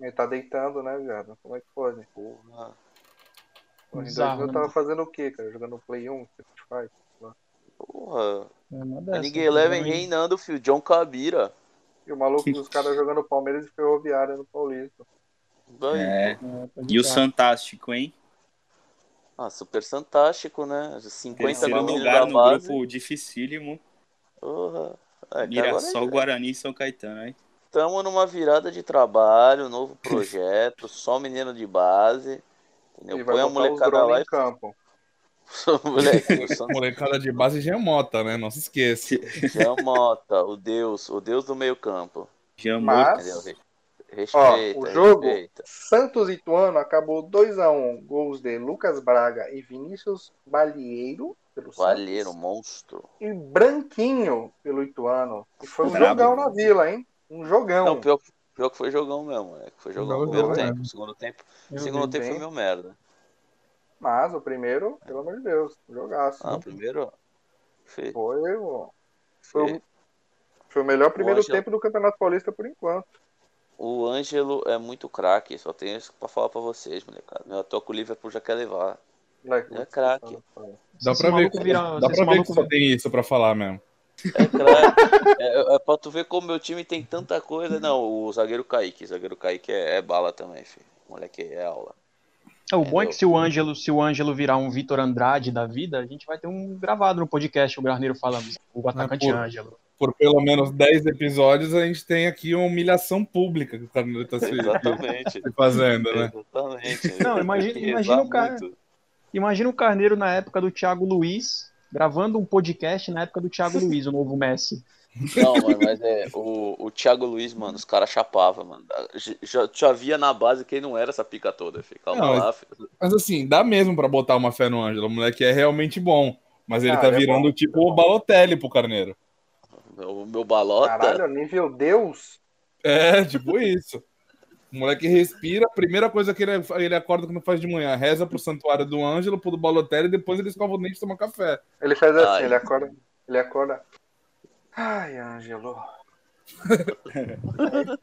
[SPEAKER 7] É.
[SPEAKER 3] ele tá deitando, né, viado? Como é que pode?
[SPEAKER 7] Porra.
[SPEAKER 3] Pô, Em
[SPEAKER 5] Bizarro,
[SPEAKER 3] 2000
[SPEAKER 5] né?
[SPEAKER 3] tava fazendo o quê, cara? Jogando Play 1, Street Fighter?
[SPEAKER 7] Porra.
[SPEAKER 5] É uma dessas.
[SPEAKER 7] Ninguém leva
[SPEAKER 5] Não,
[SPEAKER 7] reinando, filho. John Cabira.
[SPEAKER 3] E o maluco dos caras jogando Palmeiras e Ferroviária no Paulista.
[SPEAKER 7] Daí.
[SPEAKER 6] É.
[SPEAKER 5] é, pode
[SPEAKER 6] E o
[SPEAKER 5] ficar.
[SPEAKER 6] Fantástico, hein?
[SPEAKER 7] Ah, super fantástico, né? 50
[SPEAKER 6] Terceiro
[SPEAKER 7] mil meninos
[SPEAKER 6] lugar
[SPEAKER 7] da
[SPEAKER 6] no
[SPEAKER 7] base.
[SPEAKER 6] grupo dificílimo.
[SPEAKER 7] Porra. É, cara,
[SPEAKER 6] Mirassol,
[SPEAKER 7] agora
[SPEAKER 6] Guarani e São Caetano, hein?
[SPEAKER 7] estamos numa virada de trabalho, novo projeto, só menino de base.
[SPEAKER 3] e
[SPEAKER 7] Entendeu?
[SPEAKER 3] vai
[SPEAKER 7] Põe a
[SPEAKER 3] botar os
[SPEAKER 7] molecada lá
[SPEAKER 3] drones
[SPEAKER 7] e
[SPEAKER 3] em campo.
[SPEAKER 7] moleque, o Santos
[SPEAKER 2] Molecada de base já é mota, né? Não se esqueça.
[SPEAKER 7] Jean Mota, o deus, o deus do meio campo.
[SPEAKER 6] Jean
[SPEAKER 3] Mas-
[SPEAKER 6] Mota.
[SPEAKER 7] Entendeu?
[SPEAKER 3] Ó,
[SPEAKER 7] Respeita,
[SPEAKER 3] o jogo
[SPEAKER 7] respeita.
[SPEAKER 3] Santos e Ituano acabou 2x1. Gols de Lucas Braga e Vinícius Balieiro. Pelo
[SPEAKER 7] Valheiro,
[SPEAKER 3] Santos,
[SPEAKER 7] monstro.
[SPEAKER 3] E um Branquinho pelo Ituano. E foi um
[SPEAKER 6] Brabo.
[SPEAKER 3] jogão na vila, hein? Um jogão.
[SPEAKER 7] Não, pior, pior que foi jogão mesmo, moleque. Foi jogão no
[SPEAKER 2] Jogão,
[SPEAKER 7] primeiro
[SPEAKER 2] jogão,
[SPEAKER 7] tempo. no Segundo tempo,
[SPEAKER 5] Eu
[SPEAKER 7] segundo
[SPEAKER 5] vi.
[SPEAKER 7] tempo foi
[SPEAKER 3] bem.
[SPEAKER 7] meu merda.
[SPEAKER 3] Mas o primeiro, pelo amor de Deus, um jogaço.
[SPEAKER 7] Ah, o primeiro. Foi,
[SPEAKER 3] Foi, o-
[SPEAKER 7] foi.
[SPEAKER 3] Foi foi o melhor primeiro
[SPEAKER 7] Ângelo.
[SPEAKER 3] tempo do Campeonato Paulista por enquanto.
[SPEAKER 7] O Ângelo é muito craque, só tenho isso pra falar pra vocês, molecada. Meu toque com o Liverpool já quer levar.
[SPEAKER 3] Moleque,
[SPEAKER 7] Ele é craque.
[SPEAKER 5] Se
[SPEAKER 2] Dá
[SPEAKER 5] esse
[SPEAKER 2] pra ver,
[SPEAKER 5] maluco virar- se
[SPEAKER 2] dá pra
[SPEAKER 5] esse
[SPEAKER 2] ver que
[SPEAKER 5] maluco
[SPEAKER 2] só tem isso pra falar mesmo.
[SPEAKER 7] É craque. é, é pra tu ver como meu time tem tanta coisa. Não, o zagueiro Kaique. O zagueiro Kaique é, é bala também, filho. Moleque é aula.
[SPEAKER 5] É, o bom é que se o Ângelo, se o Ângelo virar um Vitor Andrade da vida, a gente vai ter um gravado no podcast o Garneiro falando, o atacante
[SPEAKER 2] porra.
[SPEAKER 5] Ângelo.
[SPEAKER 2] Por pelo menos 10 episódios, a gente tem aqui uma humilhação pública que o Carneiro tá se,
[SPEAKER 7] Exatamente.
[SPEAKER 2] se fazendo, né?
[SPEAKER 7] Exatamente.
[SPEAKER 5] Não, imagina-
[SPEAKER 7] Tem que
[SPEAKER 5] imagina
[SPEAKER 7] rezar
[SPEAKER 5] o cara-
[SPEAKER 7] muito.
[SPEAKER 5] Imagina o Carneiro na época do Thiago Luiz, gravando um podcast na época do Thiago Luiz, o novo Messi.
[SPEAKER 7] Não, mano, mas é. O, o Thiago Luiz, mano, os caras chapavam, mano. Já, já via na base quem não era essa pica toda, filho. Calma
[SPEAKER 2] Não,
[SPEAKER 7] lá, filho.
[SPEAKER 2] Mas assim, dá mesmo pra botar uma fé no Ângelo. O moleque é realmente bom. Mas ele
[SPEAKER 3] Ah,
[SPEAKER 2] tá
[SPEAKER 3] ele é
[SPEAKER 2] virando
[SPEAKER 3] bom.
[SPEAKER 2] tipo o Balotelli pro Carneiro.
[SPEAKER 7] O meu balota.
[SPEAKER 3] Caralho, nível Deus.
[SPEAKER 2] É, tipo isso. O moleque respira, a primeira coisa que ele, ele acorda quando faz de manhã, reza pro santuário do Ângelo, pro do Balotelli, e depois ele escova o dente e toma café.
[SPEAKER 3] Ele faz assim,
[SPEAKER 7] Ai.
[SPEAKER 3] ele acorda. Ele acorda. Ai, Ângelo.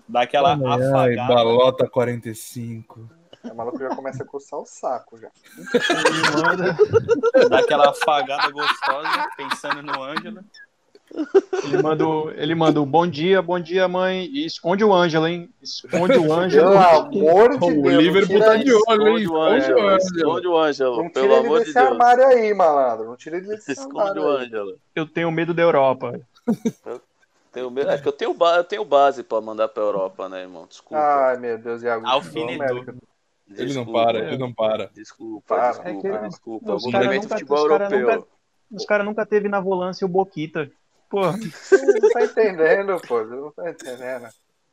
[SPEAKER 6] Dá aquela
[SPEAKER 2] Ai,
[SPEAKER 6] afagada.
[SPEAKER 2] Balota 45.
[SPEAKER 3] O é maluco já começa a coçar o saco já.
[SPEAKER 5] Ele manda,
[SPEAKER 6] Dá aquela afagada gostosa, pensando no Ângelo.
[SPEAKER 5] ele manda, o- ele manda um bom dia, bom dia, mãe. E esconde o Ângelo, hein? Esconde o Ângelo.
[SPEAKER 3] Pelo amor de
[SPEAKER 2] Pô,
[SPEAKER 3] Deus.
[SPEAKER 2] o Liverpool
[SPEAKER 3] não
[SPEAKER 2] tá
[SPEAKER 3] tira,
[SPEAKER 2] de olho, hein?
[SPEAKER 7] Esconde o
[SPEAKER 2] Tá Esconde o
[SPEAKER 7] Ângelo.
[SPEAKER 2] Ângelo.
[SPEAKER 7] Esconde o Ângelo,
[SPEAKER 3] não tira
[SPEAKER 7] pelo
[SPEAKER 3] ele
[SPEAKER 7] amor
[SPEAKER 3] desse
[SPEAKER 7] de Deus.
[SPEAKER 3] armário aí, malandro. Não tira ele desse
[SPEAKER 7] Esconde
[SPEAKER 3] armário.
[SPEAKER 7] o
[SPEAKER 3] aí.
[SPEAKER 7] Ângelo.
[SPEAKER 5] Eu tenho medo da Europa.
[SPEAKER 7] Tenho medo. É que eu tenho, ba... eu tenho base pra mandar pra Europa, né, irmão? Desculpa.
[SPEAKER 3] Ai, meu Deus, Iago.
[SPEAKER 6] Alfinedou.
[SPEAKER 3] América.
[SPEAKER 2] Ele não
[SPEAKER 7] Desculpa.
[SPEAKER 2] para, é. ele não para.
[SPEAKER 7] Desculpa,
[SPEAKER 3] Para.
[SPEAKER 7] desculpa,
[SPEAKER 5] É que ele-
[SPEAKER 7] desculpa.
[SPEAKER 5] Não, os
[SPEAKER 7] Algum
[SPEAKER 5] cara
[SPEAKER 7] momento
[SPEAKER 5] nunca-
[SPEAKER 7] futebol
[SPEAKER 5] os cara
[SPEAKER 7] europeu.
[SPEAKER 5] nunca- Os caras nunca teve na volância o Boquita. Porra,
[SPEAKER 3] Você não tá entendendo, pô. Você não tá entendendo.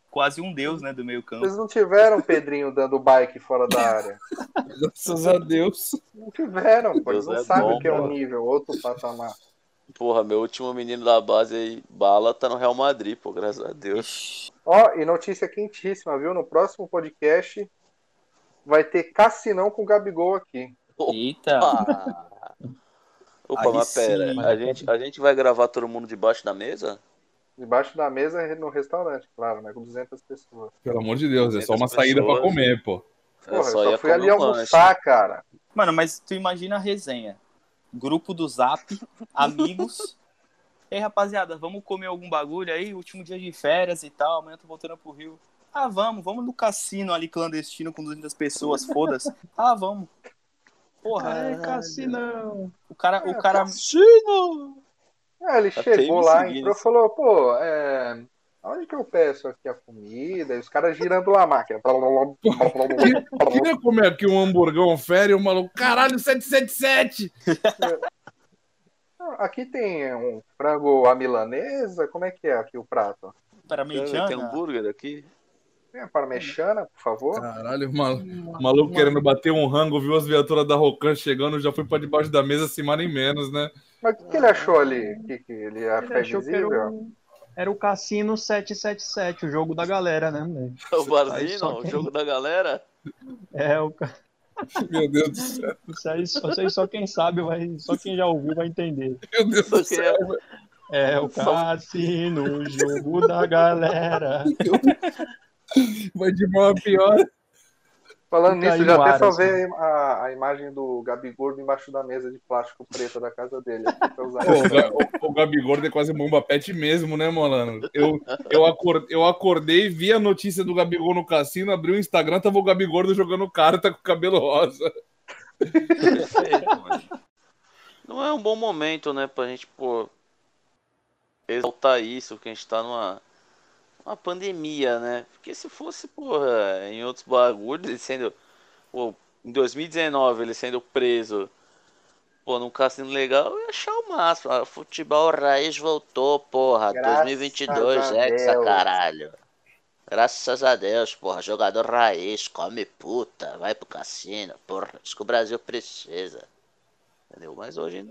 [SPEAKER 6] Quase um deus, né, do meio campo.
[SPEAKER 3] Vocês não tiveram o Pedrinho dando bike fora da área.
[SPEAKER 2] Graças a Deus.
[SPEAKER 3] Não tiveram, pô. Eles
[SPEAKER 7] Deus
[SPEAKER 3] não
[SPEAKER 7] é
[SPEAKER 3] sabem
[SPEAKER 7] bom,
[SPEAKER 3] o que é um
[SPEAKER 7] mano.
[SPEAKER 3] nível, outro patamar.
[SPEAKER 7] Porra, meu último menino da base aí, bala, tá no Real Madrid, pô, graças a Deus.
[SPEAKER 3] Ó, e notícia quentíssima, viu? No próximo podcast vai ter Cassinão com o Gabigol aqui.
[SPEAKER 6] Eita.
[SPEAKER 7] Ah. Opa,
[SPEAKER 6] Aí
[SPEAKER 7] mas pera,
[SPEAKER 6] sim. é
[SPEAKER 7] a gente, a gente vai gravar todo mundo debaixo da mesa?
[SPEAKER 3] Debaixo da mesa no restaurante, claro, né? Com 200 pessoas.
[SPEAKER 2] Pelo amor de Deus, é só uma
[SPEAKER 7] Essas pessoas-
[SPEAKER 2] saída pra comer, pô.
[SPEAKER 3] Porra, eu só,
[SPEAKER 7] É, ia
[SPEAKER 3] fui ali
[SPEAKER 7] comer um
[SPEAKER 3] almoçar,
[SPEAKER 7] lanche.
[SPEAKER 3] cara.
[SPEAKER 6] Mano, mas tu imagina a resenha. Grupo do Zap, amigos. Ei, rapaziada, vamos comer algum bagulho aí? Último dia de férias e tal, amanhã eu tô voltando pro Rio. Ah, vamos, vamos no cassino ali clandestino com 200 pessoas, foda-se. Ah, vamos. Porra,
[SPEAKER 5] é cassinão.
[SPEAKER 6] o cara, o cara,
[SPEAKER 3] É, ele
[SPEAKER 7] Tá
[SPEAKER 3] chegou
[SPEAKER 7] teve
[SPEAKER 3] lá,
[SPEAKER 7] seguido.
[SPEAKER 3] entrou e falou, pô, é... Onde que eu peço aqui a comida? E os caras girando lá a máquina.
[SPEAKER 2] Queria comer aqui um hamburgão férreo, o maluco. Caralho, 777!
[SPEAKER 3] Aqui tem um frango à milanesa? Como é que é aqui o prato?
[SPEAKER 7] um
[SPEAKER 6] para
[SPEAKER 7] Tem hambúrguer aqui?
[SPEAKER 3] Vem a parmexana, por
[SPEAKER 2] Ah.
[SPEAKER 3] favor.
[SPEAKER 2] Caralho, o malu- o maluco querendo bater um rango, viu as viaturas da Rocan chegando, já foi pra debaixo da mesa, se marem menos, né?
[SPEAKER 3] Mas o que, que ele achou ali? O que, que ele, é
[SPEAKER 7] Tá
[SPEAKER 5] Ele
[SPEAKER 3] achou
[SPEAKER 5] achou que era um
[SPEAKER 3] invisível?
[SPEAKER 5] o, era o Cassino 777, o jogo da galera, né? mano?
[SPEAKER 7] É O
[SPEAKER 5] Aí só
[SPEAKER 7] barzinho, o
[SPEAKER 5] quem-
[SPEAKER 7] jogo da galera.
[SPEAKER 5] É, o ca-
[SPEAKER 2] Meu Deus do céu,
[SPEAKER 5] isso aí, só, isso aí só quem sabe, vai, só quem já ouviu vai entender.
[SPEAKER 2] meu Deus do
[SPEAKER 7] Só
[SPEAKER 2] céu.
[SPEAKER 7] que é-
[SPEAKER 5] É o
[SPEAKER 7] Só-
[SPEAKER 5] Cassino, o jogo da galera.
[SPEAKER 2] Vai de mal a pior.
[SPEAKER 3] Falando
[SPEAKER 5] Fica
[SPEAKER 3] nisso,
[SPEAKER 5] aí
[SPEAKER 3] já
[SPEAKER 5] no
[SPEAKER 3] até
[SPEAKER 5] ar,
[SPEAKER 3] salvei a, a imagem do Gabi Gordo embaixo da mesa de plástico preta da casa dele. aqui pra usar.
[SPEAKER 2] O, Ga- o, o Gabigordo é quase bomba pet mesmo, né, Molano? Eu, eu, acor- eu acordei, vi a notícia do Gabigol no cassino, abri o Instagram, tava o Gabigordo jogando carta com o cabelo rosa.
[SPEAKER 7] Não é um bom momento, né, pra gente, pô, exaltar isso, que a gente tá numa uma pandemia, né? Porque se fosse, porra, em outros bagulhos, ele sendo. Pô, em 2019, ele sendo preso, pô, num cassino legal, eu ia achar o máximo. Ah, futebol raiz voltou, porra.
[SPEAKER 3] Graças
[SPEAKER 7] 2022,
[SPEAKER 3] a
[SPEAKER 7] hexa,
[SPEAKER 3] Deus.
[SPEAKER 7] caralho. Graças a Deus, porra. Jogador raiz, come puta, vai pro cassino, porra. Isso que o Brasil precisa. Entendeu? Mas hoje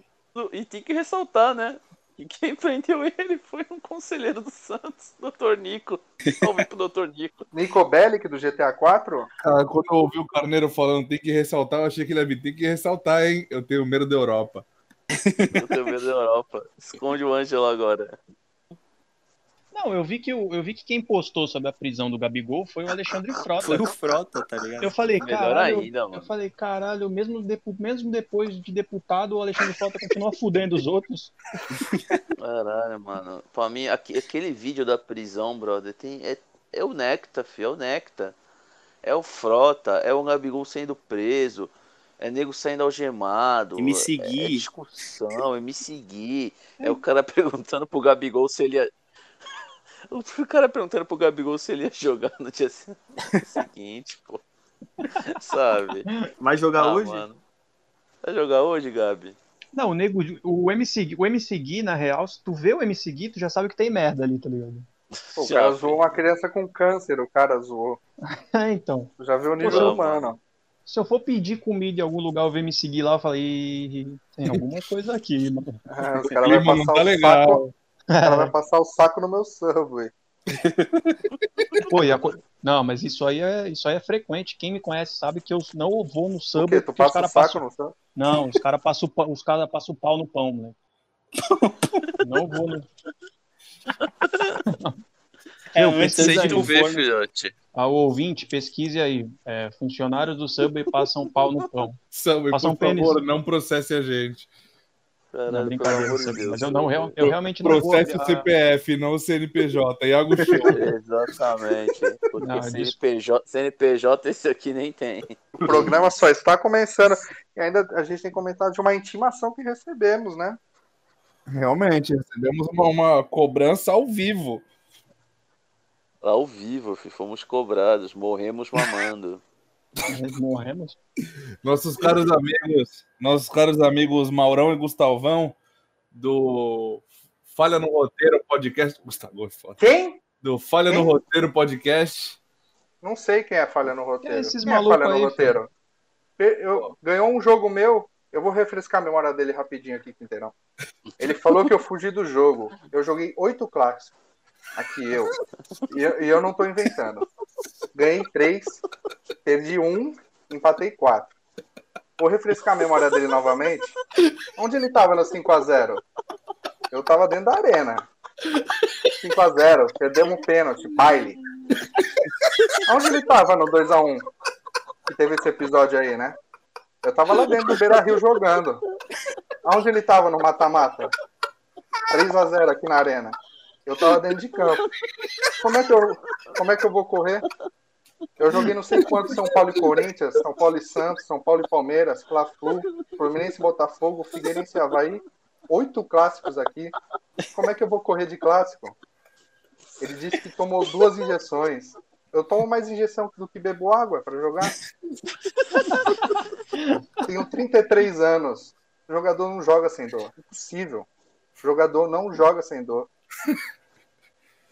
[SPEAKER 7] e tem que ressaltar, né? E quem prendeu ele foi um conselheiro do Santos, Dr. Nico. Salve pro Dr. Nico.
[SPEAKER 3] Nico Bellic do GTA 4?
[SPEAKER 2] Cara, quando eu ouvi o Carneiro falando tem que ressaltar, eu achei que ele ia vir, tem que ressaltar, hein? Eu tenho medo da Europa.
[SPEAKER 7] Eu tenho medo da Europa. Esconde o Ângelo agora.
[SPEAKER 5] Não, eu vi que o- eu vi que quem postou sobre a prisão do Gabigol foi o Alexandre
[SPEAKER 6] Foi
[SPEAKER 5] Frota.
[SPEAKER 6] o Frota, tá ligado?
[SPEAKER 5] Eu falei,
[SPEAKER 7] Melhor
[SPEAKER 5] caralho,
[SPEAKER 7] ainda,
[SPEAKER 5] eu
[SPEAKER 7] mano.
[SPEAKER 5] falei, caralho, mesmo, depo- mesmo depois de deputado, o Alexandre Frota continua fudendo os outros.
[SPEAKER 7] Caralho, mano. Pra mim, aque- aquele vídeo da prisão, brother, tem, é, é o Necta, filho. É o Necta. É o Frota. É o Gabigol sendo preso. É nego saindo algemado.
[SPEAKER 6] E me
[SPEAKER 7] É, é
[SPEAKER 6] seguir.
[SPEAKER 7] discussão, é me seguir. É o cara perguntando pro Gabigol se ele ia. O cara perguntando pro Gabigol se ele ia jogar no dia se- no dia seguinte, pô. Sabe?
[SPEAKER 6] Vai jogar
[SPEAKER 7] Ah,
[SPEAKER 6] hoje?
[SPEAKER 7] mano. Vai jogar hoje, Gabi?
[SPEAKER 5] Não, o nego, o MC, Gui- o MC Gui, na real, se tu vê o MC Gui, tu já sabe que tem merda ali, tá ligado?
[SPEAKER 3] Pô, o
[SPEAKER 7] Já,
[SPEAKER 3] cara
[SPEAKER 7] filho.
[SPEAKER 3] zoou uma criança com câncer, o cara zoou.
[SPEAKER 5] É, então,
[SPEAKER 3] Já viu o nível
[SPEAKER 7] Não,
[SPEAKER 3] humano.
[SPEAKER 5] se eu for pedir comida em algum lugar, eu ver me seguir lá, eu falei, "Ih, tem alguma coisa aqui, mano.
[SPEAKER 3] Ah, Os caras
[SPEAKER 2] Clima
[SPEAKER 3] vão
[SPEAKER 2] não
[SPEAKER 3] passar
[SPEAKER 2] tá
[SPEAKER 3] o
[SPEAKER 2] legal.
[SPEAKER 3] saco. Os caras vão passar o saco no meu subway.
[SPEAKER 5] Pô, e a co- Não, mas isso aí, é, isso aí é frequente. Quem me conhece sabe que eu não vou no
[SPEAKER 3] O
[SPEAKER 5] samba
[SPEAKER 3] quê? Tu
[SPEAKER 5] porque os
[SPEAKER 3] passa o
[SPEAKER 5] caras
[SPEAKER 3] saco
[SPEAKER 5] passam.
[SPEAKER 3] no subway?
[SPEAKER 5] Não, os caras passam o pau- os cara passa o pau no pão, moleque. Não vou no. É, eu pesquisei aí.
[SPEAKER 7] um filhote.
[SPEAKER 5] Ao ouvinte, pesquise aí. É, funcionários do Subway passam pau no pão.
[SPEAKER 2] Samuel,
[SPEAKER 5] Passa um
[SPEAKER 2] por
[SPEAKER 5] pênis.
[SPEAKER 2] favor, não processe a gente.
[SPEAKER 5] Não,
[SPEAKER 7] Caralho, pelo
[SPEAKER 5] brincadeira, é
[SPEAKER 7] amor de
[SPEAKER 5] Subway,
[SPEAKER 7] Deus.
[SPEAKER 5] mas eu, não, real- eu realmente não vou.
[SPEAKER 2] Processe o
[SPEAKER 5] Ah,
[SPEAKER 2] CPF, não o CNPJ. Iago Show.
[SPEAKER 7] Exatamente. Porque
[SPEAKER 5] Não,
[SPEAKER 7] CNPJ, CNPJ esse aqui nem tem.
[SPEAKER 3] O programa só está começando. E ainda a gente tem comentado de uma intimação que recebemos, né?
[SPEAKER 2] Realmente, recebemos uma, uma cobrança ao vivo.
[SPEAKER 7] Ao vivo, fi, fomos cobrados, morremos mamando.
[SPEAKER 5] Morremos.
[SPEAKER 2] Nossos caros amigos, nossos caros amigos Maurão e Gustavão, do Falha no Roteiro Podcast. Gustavo, é foda.
[SPEAKER 3] Quem?
[SPEAKER 2] Do Falha no
[SPEAKER 3] Quem?
[SPEAKER 2] Roteiro Podcast.
[SPEAKER 3] Não sei quem é a falha no roteiro.
[SPEAKER 5] É esses
[SPEAKER 3] quem é a
[SPEAKER 5] malucos
[SPEAKER 3] falha no
[SPEAKER 5] aí,
[SPEAKER 3] roteiro? Pe- eu- ganhou um jogo meu. Eu vou refrescar a memória dele rapidinho aqui, Quinteirão. Ele falou que eu fugi do jogo. Eu joguei oito clássicos. Aqui eu. E, eu- e eu não tô inventando. Ganhei três, perdi um, empatei quatro. Vou refrescar a memória dele novamente. Onde ele tava no 5x0? Eu tava dentro da arena. 5x0, perdemos um pênalti, baile. Onde ele tava no 2x1? Que teve esse episódio aí, né? Eu tava lá dentro do Beira Rio jogando. Onde ele tava no mata-mata? 3x0 aqui na arena. Eu tava dentro de campo. Como é que eu, como é que eu vou correr? Eu joguei não sei quanto São Paulo e Corinthians, São Paulo e Santos, São Paulo e Palmeiras, Fla-Flu, Fluminense e Botafogo, Figueirense e Havaí. Oito clássicos aqui. Como é que eu vou correr de clássico? Ele disse que tomou duas injeções. Eu tomo mais injeção do que bebo água para jogar. Tenho 33 anos. Jogador não joga sem dor. Impossível. Jogador não joga sem dor.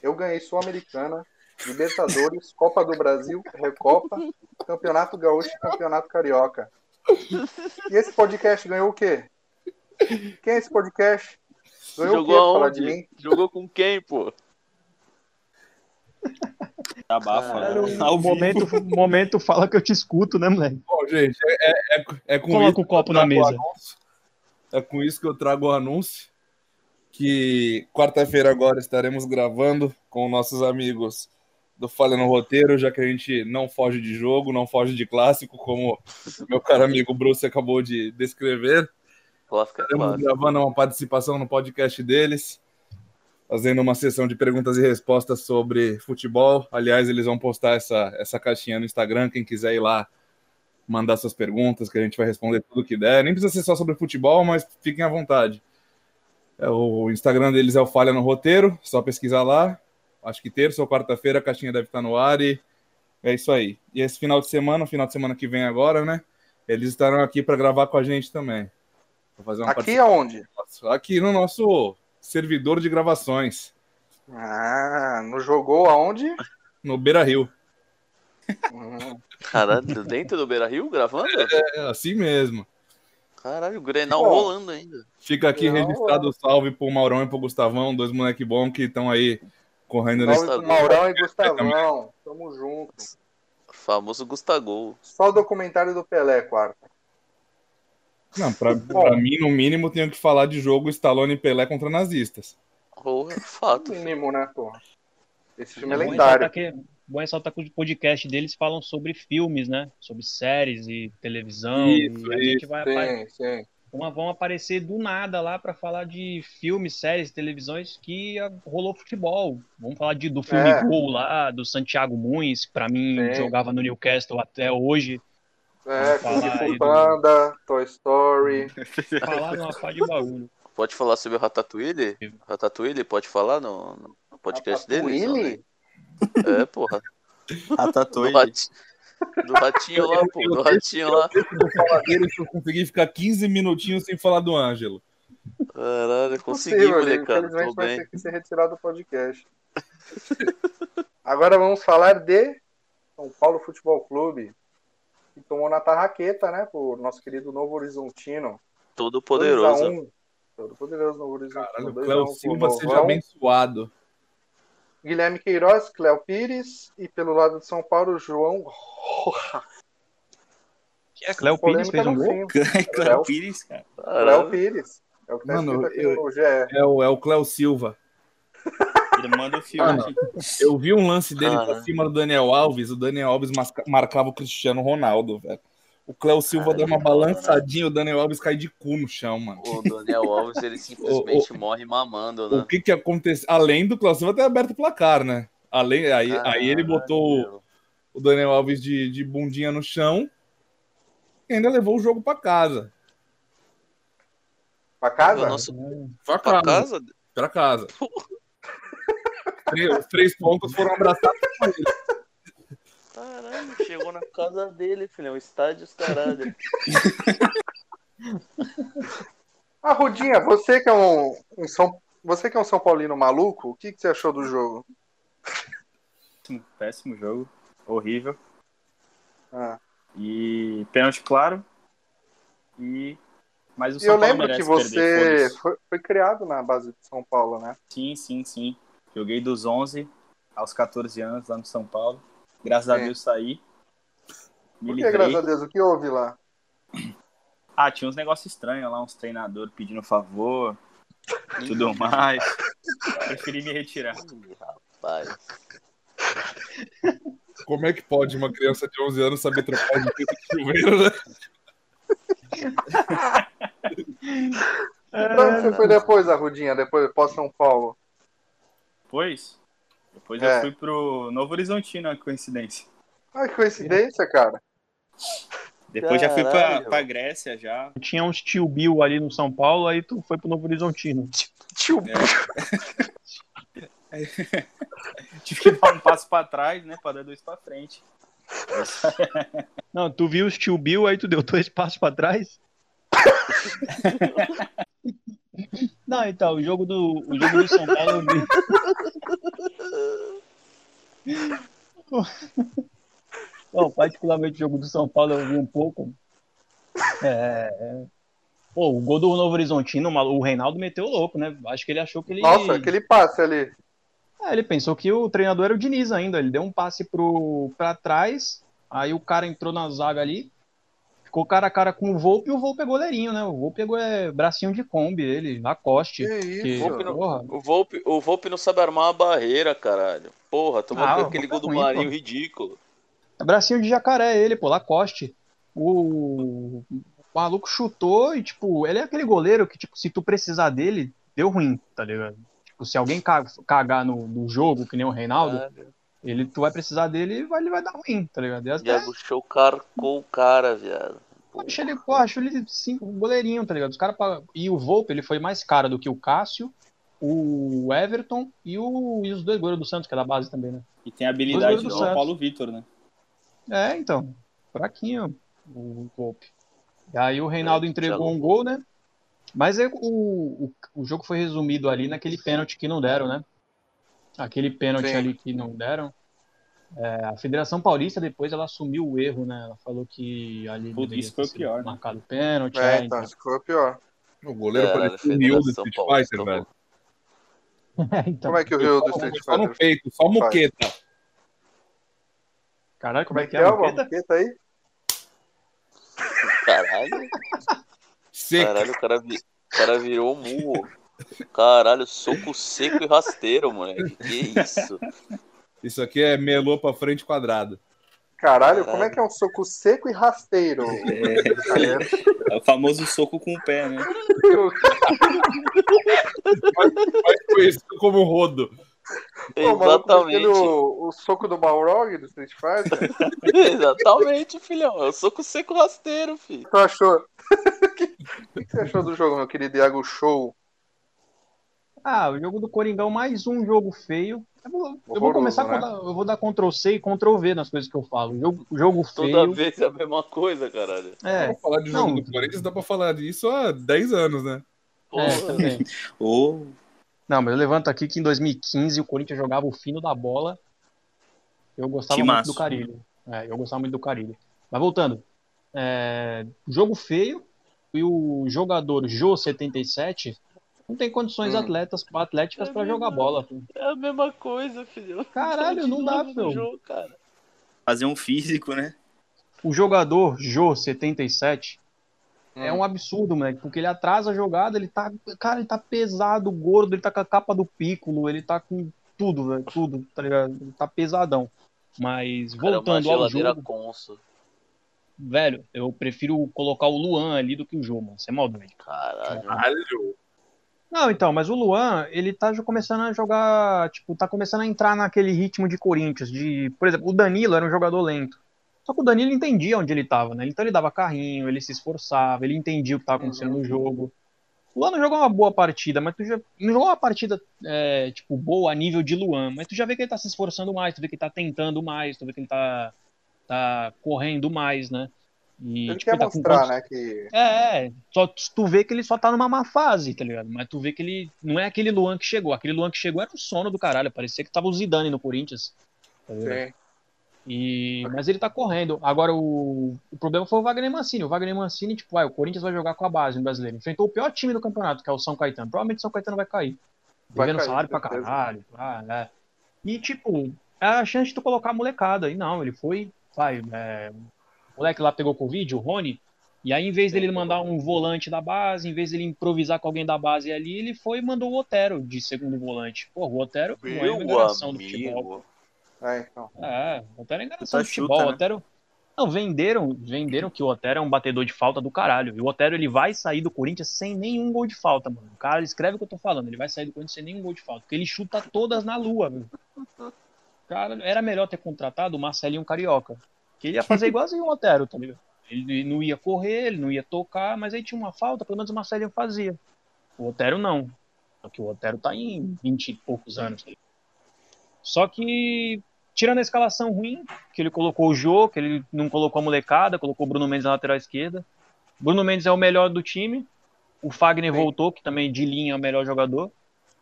[SPEAKER 3] Eu ganhei Sul-Americana, Libertadores, Copa do Brasil, Recopa, Campeonato Gaúcho e Campeonato Carioca. E esse podcast ganhou o quê? Quem é esse podcast? Ganhou o quê?
[SPEAKER 7] Jogou
[SPEAKER 3] pra Falar de mim?
[SPEAKER 7] aonde? Jogou com quem, pô?
[SPEAKER 6] Tá bafa,
[SPEAKER 5] Era
[SPEAKER 6] né?
[SPEAKER 5] um momento, momento fala que eu te escuto, né, moleque?
[SPEAKER 2] Bom, gente, é, é- é- é com
[SPEAKER 5] Coloca
[SPEAKER 2] isso
[SPEAKER 5] o um copo
[SPEAKER 2] que eu
[SPEAKER 5] na
[SPEAKER 2] trago o
[SPEAKER 5] mesa.
[SPEAKER 2] anúncio. É com isso que eu trago o anúncio. Que quarta-feira agora estaremos gravando com nossos amigos do Falha no Roteiro, já que a gente não foge de jogo, não foge de clássico, como meu caro amigo Bruce acabou de descrever.
[SPEAKER 7] Lá fica
[SPEAKER 2] Estamos
[SPEAKER 7] claro.
[SPEAKER 2] gravando uma participação no podcast deles, fazendo uma sessão de perguntas e respostas sobre futebol. Aliás, eles vão postar essa, essa caixinha no Instagram. Quem quiser ir lá mandar suas perguntas, que a gente vai responder tudo que der. Nem precisa ser só sobre futebol, mas fiquem à vontade. É, O Instagram deles é o Falha no Roteiro, só pesquisar lá. Acho que terça ou quarta-feira a caixinha deve estar no ar e é isso aí. E esse final de semana, o final de semana que vem agora, né? Eles estarão aqui para gravar com a gente também. Vou fazer uma
[SPEAKER 3] Aqui aonde?
[SPEAKER 2] nosso- aqui no nosso servidor de gravações,
[SPEAKER 3] Ah, não jogou aonde?
[SPEAKER 2] no Beira Rio.
[SPEAKER 3] Hum,
[SPEAKER 7] Caralho, dentro do Beira Rio gravando?
[SPEAKER 2] É assim mesmo.
[SPEAKER 7] Caralho, o Grenal
[SPEAKER 3] Bom.
[SPEAKER 7] rolando ainda.
[SPEAKER 2] Fica aqui
[SPEAKER 3] Não, é.
[SPEAKER 2] registrado o salve pro Maurão e pro Gustavão, dois moleque bom que estão aí correndo nesse.
[SPEAKER 3] salve pro Maurão e Gustavão. Tamo junto.
[SPEAKER 7] Famoso Gustagol.
[SPEAKER 3] Só documentário do Pelé, quarta.
[SPEAKER 2] Não, pra, pra mim, no mínimo, tenho que falar de jogo Stallone e Pelé contra nazistas.
[SPEAKER 7] Porra, é fato.
[SPEAKER 3] Mínimo, né, porra? Esse filme é
[SPEAKER 5] É bom
[SPEAKER 3] lendário.
[SPEAKER 5] ressaltar que- Bom ressaltar que o podcast deles falam sobre filmes, né? Sobre séries e televisão.
[SPEAKER 2] Isso,
[SPEAKER 5] e a gente vai apa-
[SPEAKER 3] Sim, sim.
[SPEAKER 5] uma, vão aparecer do nada lá pra falar de filmes, séries, televisões que ah, rolou futebol. Vamos falar de, do filme
[SPEAKER 3] É.
[SPEAKER 5] Gol lá, do Santiago Muniz, que pra mim
[SPEAKER 3] Sim.
[SPEAKER 5] jogava no Newcastle até hoje.
[SPEAKER 3] É,
[SPEAKER 5] Vamos falar
[SPEAKER 3] Kung
[SPEAKER 5] aí
[SPEAKER 3] Fu
[SPEAKER 5] do-
[SPEAKER 3] Panda, Toy Story.
[SPEAKER 5] Falar numa pá de barulho.
[SPEAKER 7] Pode falar sobre o Ratatouille? Ratatouille, pode falar no, no podcast dele?
[SPEAKER 3] Ratatouille?
[SPEAKER 7] É, porra. Do,
[SPEAKER 6] Ratatouille.
[SPEAKER 7] rati... do ratinho lá, pô. Do ratinho lá.
[SPEAKER 2] Vou falar dele se eu conseguir ficar 15 minutinhos sem falar do Ângelo.
[SPEAKER 7] Caralho, consegui,
[SPEAKER 3] Possível, gente.
[SPEAKER 7] molecada. Tô
[SPEAKER 3] Infelizmente vai
[SPEAKER 7] bem.
[SPEAKER 3] ter que ser retirado do podcast. Agora vamos falar de São Paulo Futebol Clube, que tomou na tarraqueta, né, por nosso querido Novo Horizontino.
[SPEAKER 7] Todo poderoso.
[SPEAKER 3] 2x1. Todo poderoso um. Novo Horizontino.
[SPEAKER 2] Caralho, É o
[SPEAKER 3] 2x1
[SPEAKER 2] Cléo
[SPEAKER 3] pro
[SPEAKER 2] Silva seja
[SPEAKER 3] Novão.
[SPEAKER 2] abençoado.
[SPEAKER 3] Guilherme Queiroz, Cléo Pires e pelo lado de São Paulo, João Rocha.
[SPEAKER 5] Cléo Pires
[SPEAKER 3] Polêmica
[SPEAKER 5] fez um
[SPEAKER 3] no
[SPEAKER 5] gol?
[SPEAKER 3] fim.
[SPEAKER 6] Cléo Pires, cara.
[SPEAKER 3] Cléo
[SPEAKER 7] Caralho.
[SPEAKER 3] Pires. É o que tá
[SPEAKER 2] Mano,
[SPEAKER 3] escrito aqui
[SPEAKER 2] eu-
[SPEAKER 3] no GE.
[SPEAKER 2] É o, é o Cléo Silva.
[SPEAKER 6] Ele manda o filme. tipo,
[SPEAKER 2] Mano, eu vi um lance dele pra
[SPEAKER 7] Caralho.
[SPEAKER 2] cima do Daniel Alves. O Daniel Alves masca- marcava o Cristiano Ronaldo, velho. O Cléo Silva dá uma
[SPEAKER 7] Caralho.
[SPEAKER 2] balançadinha, o Daniel Alves cai de cu no chão, mano.
[SPEAKER 7] O Daniel Alves, ele simplesmente morre mamando,
[SPEAKER 2] O
[SPEAKER 7] né?
[SPEAKER 2] que que aconteceu? Além do Cléo Silva ter aberto o placar, né? Além, aí, aí ele
[SPEAKER 7] Caralho.
[SPEAKER 2] botou o- o Daniel Alves de, de bundinha no chão e ainda levou o jogo pra casa.
[SPEAKER 3] Pra casa?
[SPEAKER 7] O nosso
[SPEAKER 2] Pra
[SPEAKER 7] pra
[SPEAKER 2] casa.
[SPEAKER 7] casa?
[SPEAKER 2] Pra casa. Três- Os três pontos foram abraçados.
[SPEAKER 7] Caralho, chegou na casa dele, filhão. Estádio, os caralho.
[SPEAKER 3] Ah, Rudinha, você que é um, um São, você que é um São Paulino maluco, o que, que você achou do jogo?
[SPEAKER 6] Péssimo, tipo, um péssimo jogo. Horrível.
[SPEAKER 3] Ah,
[SPEAKER 6] E pênalti claro. E. Mas
[SPEAKER 3] e
[SPEAKER 6] o
[SPEAKER 3] eu
[SPEAKER 6] São Paulo
[SPEAKER 3] lembro
[SPEAKER 6] merece
[SPEAKER 3] que
[SPEAKER 6] perder,
[SPEAKER 3] você
[SPEAKER 6] foda-se.
[SPEAKER 3] foi, foi criado na base de São Paulo, né?
[SPEAKER 6] Sim, sim, sim. Joguei dos 11 aos 14 anos lá no São Paulo. Graças a
[SPEAKER 3] Sim.
[SPEAKER 6] Deus saí. Me
[SPEAKER 3] É. Por que,
[SPEAKER 6] livrei.
[SPEAKER 3] graças a Deus, o que houve lá?
[SPEAKER 6] Ah, tinha uns negócios estranhos lá, uns treinadores pedindo favor, tudo mais. Preferi me retirar.
[SPEAKER 7] Ih, rapaz.
[SPEAKER 2] Como é que pode uma criança de 11 anos saber trocar de tempo de chuveiro, né?
[SPEAKER 3] Pra onde você
[SPEAKER 5] É.
[SPEAKER 3] foi depois, a Rudinha, depois pós São Paulo?
[SPEAKER 6] Depois, depois
[SPEAKER 3] É.
[SPEAKER 6] eu fui pro Novo Horizontino, uma coincidência.
[SPEAKER 3] Ah, que coincidência, cara.
[SPEAKER 6] Depois já fui pra,
[SPEAKER 7] Caralho.
[SPEAKER 6] pra Grécia, já.
[SPEAKER 5] Tinha uns tio Bill ali no São Paulo, aí tu foi pro Novo Horizontino.
[SPEAKER 3] Tio,
[SPEAKER 6] Tive que dar um passo pra trás, né, pra dar dois pra frente.
[SPEAKER 5] Não, tu viu os tio Bill, aí tu deu dois passos pra trás? é Não, então, o jogo do, o jogo do São Paulo. eu vi. Bom, particularmente o jogo do São Paulo eu vi um pouco. É, Pô, o gol do Novo Horizontino, o malu- o Reinaldo meteu o louco, né? Acho que ele achou que ele.
[SPEAKER 3] Nossa, aquele passe ali.
[SPEAKER 5] É, ele pensou que o treinador era o Diniz ainda. Ele deu um passe pro... pra trás, aí o cara entrou na zaga ali, ficou cara a cara com o Volpe e o Volpe é goleirinho, né? O Volpe é go- é bracinho de Kombi, ele, na
[SPEAKER 3] Que
[SPEAKER 5] coste. Que...
[SPEAKER 3] isso?
[SPEAKER 7] Volpe não-
[SPEAKER 5] Porra,
[SPEAKER 7] O Volpe, o Volpe não sabe armar uma barreira, caralho. Porra, tomou
[SPEAKER 5] Ah,
[SPEAKER 7] aquele
[SPEAKER 5] o Volpe
[SPEAKER 7] gol
[SPEAKER 5] é
[SPEAKER 7] do
[SPEAKER 5] ruim,
[SPEAKER 7] Marinho
[SPEAKER 5] pô.
[SPEAKER 7] ridículo.
[SPEAKER 5] É bracinho de jacaré ele, pô, Lacoste. O... o maluco chutou e, tipo, ele é aquele goleiro que, tipo, se tu precisar dele, deu ruim, tá ligado? Tipo, se alguém ca- cagar no, no jogo, que nem o Reinaldo,
[SPEAKER 7] Caralho.
[SPEAKER 5] ele, tu vai precisar dele e vai, ele vai dar ruim, tá ligado? E até,
[SPEAKER 7] Diego Show carcou o cara, viado.
[SPEAKER 5] eu acho ele, pô, acho ele sim, um goleirinho, tá ligado? Os cara pa- E o Volpe, ele foi mais caro do que o Cássio, o Everton e, o... e os dois goleiros do Santos, que é da base também, né?
[SPEAKER 6] E tem a habilidade
[SPEAKER 5] Dois
[SPEAKER 6] do
[SPEAKER 5] gols do
[SPEAKER 6] Paulo Vitor, né?
[SPEAKER 5] É, então. Fraquinho o golpe. E aí o
[SPEAKER 3] É,
[SPEAKER 5] Reinaldo entregou um gol, né? Mas aí o, o, o jogo foi resumido ali naquele pênalti que não deram, né? Aquele pênalti
[SPEAKER 3] Sim.
[SPEAKER 5] ali que não deram. É, a Federação Paulista depois ela assumiu o erro, né? Ela falou que ali
[SPEAKER 6] Putz,
[SPEAKER 5] deveria
[SPEAKER 6] isso
[SPEAKER 5] ter
[SPEAKER 6] foi o
[SPEAKER 5] sido
[SPEAKER 6] pior, né?
[SPEAKER 5] marcado o pênalti.
[SPEAKER 3] É,
[SPEAKER 5] né?
[SPEAKER 3] então,
[SPEAKER 5] Então,
[SPEAKER 3] isso ficou pior.
[SPEAKER 2] O goleiro
[SPEAKER 7] Caralho,
[SPEAKER 2] parecia um miúdo
[SPEAKER 7] Federação
[SPEAKER 2] Street
[SPEAKER 7] Paulista,
[SPEAKER 2] Fighter, velho.
[SPEAKER 5] É, então.
[SPEAKER 3] Como é que o Rio do
[SPEAKER 2] Só-
[SPEAKER 3] Street
[SPEAKER 2] Só no
[SPEAKER 3] Fighter?
[SPEAKER 2] peito, só um muqueta.
[SPEAKER 5] Caralho, como
[SPEAKER 3] Como é que é, o
[SPEAKER 5] Luqueta?
[SPEAKER 3] Marqueta aí?
[SPEAKER 7] Caralho,
[SPEAKER 2] Seca.
[SPEAKER 7] caralho, o cara, vi- o cara virou um murro. Caralho, soco seco e rasteiro, moleque. Que isso?
[SPEAKER 2] Isso aqui é melô pra frente quadrado.
[SPEAKER 3] Caralho, como é que é um soco seco e rasteiro? Aí
[SPEAKER 6] É o famoso soco com o pé, né?
[SPEAKER 3] é- o
[SPEAKER 2] Mas conhecido como rodo.
[SPEAKER 3] Pô, mano,
[SPEAKER 7] Exatamente.
[SPEAKER 3] O, o soco do Balrog do Street Fighter?
[SPEAKER 7] Exatamente, filhão. Eu soco seco e rasteiro, filho.
[SPEAKER 3] tu achou? O que, que você achou do jogo, meu querido Iago Show?
[SPEAKER 5] Ah, o jogo do Coringão, mais um jogo feio. Eu vou, eu vou
[SPEAKER 3] Horroroso,
[SPEAKER 5] começar
[SPEAKER 3] né?
[SPEAKER 5] a dar, eu vou dar Ctrl C e Ctrl V nas coisas que eu falo. O Jogo, o jogo
[SPEAKER 7] Toda
[SPEAKER 5] feio.
[SPEAKER 7] vez é a mesma coisa, caralho.
[SPEAKER 5] É,
[SPEAKER 2] Pra falar de jogo
[SPEAKER 5] Não.
[SPEAKER 2] do Corinthians, dá pra falar disso há 10 anos, né?
[SPEAKER 7] Porra.
[SPEAKER 5] é, também.
[SPEAKER 6] Ou
[SPEAKER 5] Não, mas eu levanto aqui que em 2015 o Corinthians jogava o fino da bola. Eu gostava
[SPEAKER 6] Timaço.
[SPEAKER 5] muito do Carilho. É, eu gostava muito do Carilho. Mas voltando. é, jogo feio e o jogador Jô77 não tem condições
[SPEAKER 3] Hum.
[SPEAKER 5] atletas, atléticas
[SPEAKER 7] É
[SPEAKER 5] pra jogar
[SPEAKER 7] verdade.
[SPEAKER 5] bola. pô.
[SPEAKER 7] É a mesma coisa, filhão.
[SPEAKER 5] Caralho, não dá,
[SPEAKER 7] meu.
[SPEAKER 5] meu.
[SPEAKER 7] cara.
[SPEAKER 6] fazer um físico, né?
[SPEAKER 5] O jogador Jô77 É
[SPEAKER 3] Hum.
[SPEAKER 5] um absurdo, moleque, porque ele atrasa a jogada, ele tá. Cara, ele tá pesado, gordo, ele tá com a capa do pículo, ele tá com tudo, velho, tudo, tá ligado? Ele tá pesadão. Mas
[SPEAKER 7] Cara, é uma
[SPEAKER 5] voltando ao
[SPEAKER 7] geladeira
[SPEAKER 5] jogo,
[SPEAKER 7] Consul.
[SPEAKER 5] velho, eu prefiro colocar o Luan ali do que o Jô, mano. é Sem maldade.
[SPEAKER 7] Caralho.
[SPEAKER 2] Caralho.
[SPEAKER 5] Não, então, mas o Luan, ele tá jo- começando a jogar, tipo, tá começando a entrar naquele ritmo de Corinthians, de, por exemplo, o Danilo era um jogador lento. Só que o Danilo entendia onde ele tava, né? Então ele dava carrinho, ele se esforçava, ele entendia o que tava acontecendo no jogo. O Luan não jogou uma boa partida, mas tu já não jogou uma partida é, tipo boa a nível de Luan, mas tu já vê que ele tá se esforçando mais, tu vê que ele tá tentando mais, tu vê que ele tá tá correndo mais, né? E,
[SPEAKER 3] Ele
[SPEAKER 5] tipo,
[SPEAKER 3] quer
[SPEAKER 5] tá com
[SPEAKER 3] mostrar, né, que...
[SPEAKER 5] é, é. só tu tu vê que ele só tá numa má fase, tá ligado? Mas tu vê que ele não é aquele Luan que chegou. Aquele Luan que chegou era um sono do caralho. Parecia que tava o Zidane no Corinthians. tá ligado?
[SPEAKER 3] Sim.
[SPEAKER 5] E, mas ele tá correndo. Agora o, o problema foi o Wagner Mancini. O Wagner Mancini, tipo, ah, o Corinthians vai jogar com a base no brasileiro. Enfrentou o pior time do campeonato, que é o São Caetano. Provavelmente o São Caetano vai cair.
[SPEAKER 3] Vai
[SPEAKER 5] Devendo
[SPEAKER 3] cair,
[SPEAKER 5] salário pra
[SPEAKER 3] certeza.
[SPEAKER 5] caralho. Ah, né? E, tipo, é a chance de tu colocar a molecada. E não, ele foi, vai, é, o moleque lá pegou Covid, o Rony. E aí, em vez dele mandar um volante da base, em vez dele improvisar com alguém da base ali, ele foi e mandou o Otero de segundo volante. Porra, o Otero não é a
[SPEAKER 7] Meu
[SPEAKER 5] enganação do futebol.
[SPEAKER 7] amigo.
[SPEAKER 3] É, então.
[SPEAKER 5] É, o Otero é enganação
[SPEAKER 6] Tá
[SPEAKER 5] do futebol.
[SPEAKER 6] chuta,
[SPEAKER 5] O
[SPEAKER 6] né?
[SPEAKER 5] Otero. Não, venderam, venderam que o Otero é um batedor de falta do caralho. E o Otero ele vai sair do Corinthians sem nenhum gol de falta, mano. O cara escreve o que eu tô falando. Ele vai sair do Corinthians sem nenhum gol de falta. Porque ele chuta todas na lua, velho. Cara, era melhor ter contratado o Marcelinho Carioca. Que ele ia fazer igualzinho o Otero, tá ligado? Ele não ia correr, ele não ia tocar, mas aí tinha uma falta, pelo menos o Marcelinho fazia. O Otero não. Só que o Otero tá em 20 e poucos anos. tá ligado? Só que, tirando a escalação ruim, que ele colocou o Jô, que ele não colocou a molecada, colocou o Bruno Mendes na lateral esquerda. Bruno Mendes é o melhor do time. O Fagner voltou, que também de linha é o melhor jogador.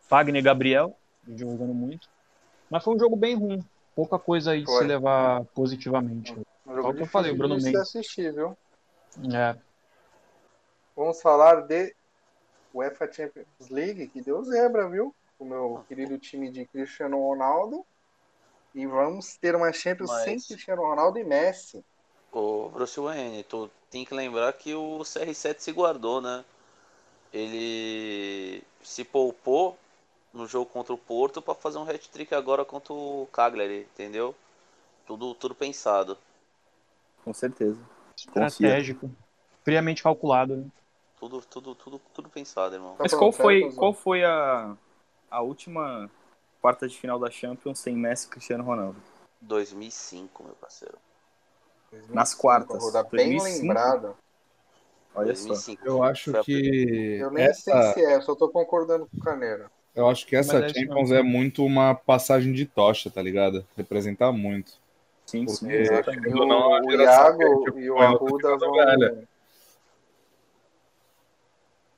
[SPEAKER 5] Fagner e Gabriel, jogando muito. Mas foi um jogo bem ruim. pouca coisa aí de
[SPEAKER 3] Foi.
[SPEAKER 5] se levar positivamente.
[SPEAKER 3] Um jogo
[SPEAKER 5] Só que eu falei, o Bruno
[SPEAKER 3] de se
[SPEAKER 5] Mendes.
[SPEAKER 3] assistir, viu?
[SPEAKER 5] É,
[SPEAKER 3] Vamos falar de UEFA Champions League, que deu zebra, viu? O meu querido time de Cristiano Ronaldo. E vamos ter uma Champions
[SPEAKER 7] Mas-
[SPEAKER 3] sem Cristiano Ronaldo e Messi.
[SPEAKER 7] Ô, Bruce Wayne, tu tem que lembrar que o CR7 se guardou, né? Ele se poupou no jogo contra o Porto pra fazer um hat-trick agora contra o Cagliari, entendeu? Tudo, tudo pensado.
[SPEAKER 6] Com certeza.
[SPEAKER 5] estratégico. Friamente calculado. né?
[SPEAKER 7] Tudo, tudo, tudo, tudo pensado, irmão.
[SPEAKER 3] Tá
[SPEAKER 6] Mas
[SPEAKER 3] bom,
[SPEAKER 6] qual
[SPEAKER 3] cara, tá
[SPEAKER 6] foi,
[SPEAKER 3] bom.
[SPEAKER 6] qual foi a, a última quarta de final da Champions sem Messi e Cristiano Ronaldo?
[SPEAKER 7] 2005, meu parceiro.
[SPEAKER 6] Nas quartas,
[SPEAKER 3] Rodar bem
[SPEAKER 6] 2005.
[SPEAKER 3] lembrado.
[SPEAKER 6] Olha só.
[SPEAKER 7] 2005.
[SPEAKER 2] Eu acho
[SPEAKER 7] Foi a
[SPEAKER 2] que
[SPEAKER 3] Eu nem
[SPEAKER 6] ah.
[SPEAKER 3] sei
[SPEAKER 2] essa,
[SPEAKER 3] se é, só tô concordando com o Carneiro.
[SPEAKER 2] eu acho que essa
[SPEAKER 5] Mas é isso
[SPEAKER 2] Champions é muito uma passagem de tocha, tá ligado? Representar muito.
[SPEAKER 6] Sim, sim,
[SPEAKER 2] Porque-
[SPEAKER 6] exatamente.
[SPEAKER 3] E
[SPEAKER 2] Eu
[SPEAKER 3] o,
[SPEAKER 2] não, a
[SPEAKER 3] o
[SPEAKER 2] geração que
[SPEAKER 3] Iago
[SPEAKER 2] eu
[SPEAKER 3] e o
[SPEAKER 2] acompanho, eu tô
[SPEAKER 3] Arruda
[SPEAKER 2] ficando
[SPEAKER 3] vão.
[SPEAKER 2] velho.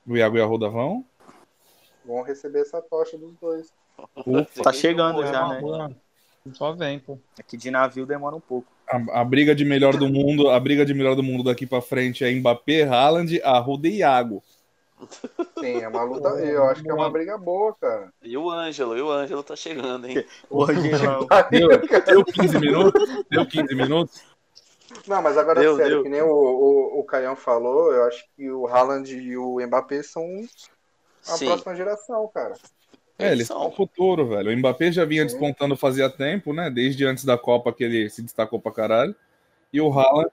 [SPEAKER 2] O Iago e a Ruda vão?
[SPEAKER 3] vão receber essa tocha dos dois.
[SPEAKER 7] Ufa.
[SPEAKER 6] Tá chegando
[SPEAKER 5] É
[SPEAKER 6] já,
[SPEAKER 5] uma
[SPEAKER 6] né?
[SPEAKER 5] boa- Só vem, pô.
[SPEAKER 6] É que de navio demora um pouco.
[SPEAKER 2] A, a briga de melhor do mundo, a briga de melhor do mundo daqui pra frente é Mbappé, Haaland, Arruda e Iago.
[SPEAKER 3] Sim, é uma luta. Eu acho que é uma briga boa, cara.
[SPEAKER 7] E o Ângelo, e o Ângelo tá chegando, hein?
[SPEAKER 6] O Angelão.
[SPEAKER 2] Deu, deu 15 minutos? Deu 15 minutos?
[SPEAKER 3] Não, mas agora
[SPEAKER 7] Meu
[SPEAKER 3] sério,
[SPEAKER 7] Deus.
[SPEAKER 3] que nem o, o, o Caião falou, eu acho que o Haaland e o Mbappé são a
[SPEAKER 7] Sim,
[SPEAKER 3] próxima geração, cara.
[SPEAKER 2] É, eles são o futuro, velho. O Mbappé já vinha
[SPEAKER 3] Sim.
[SPEAKER 2] despontando fazia tempo, né? Desde antes da Copa que ele se destacou pra caralho. E o Haaland,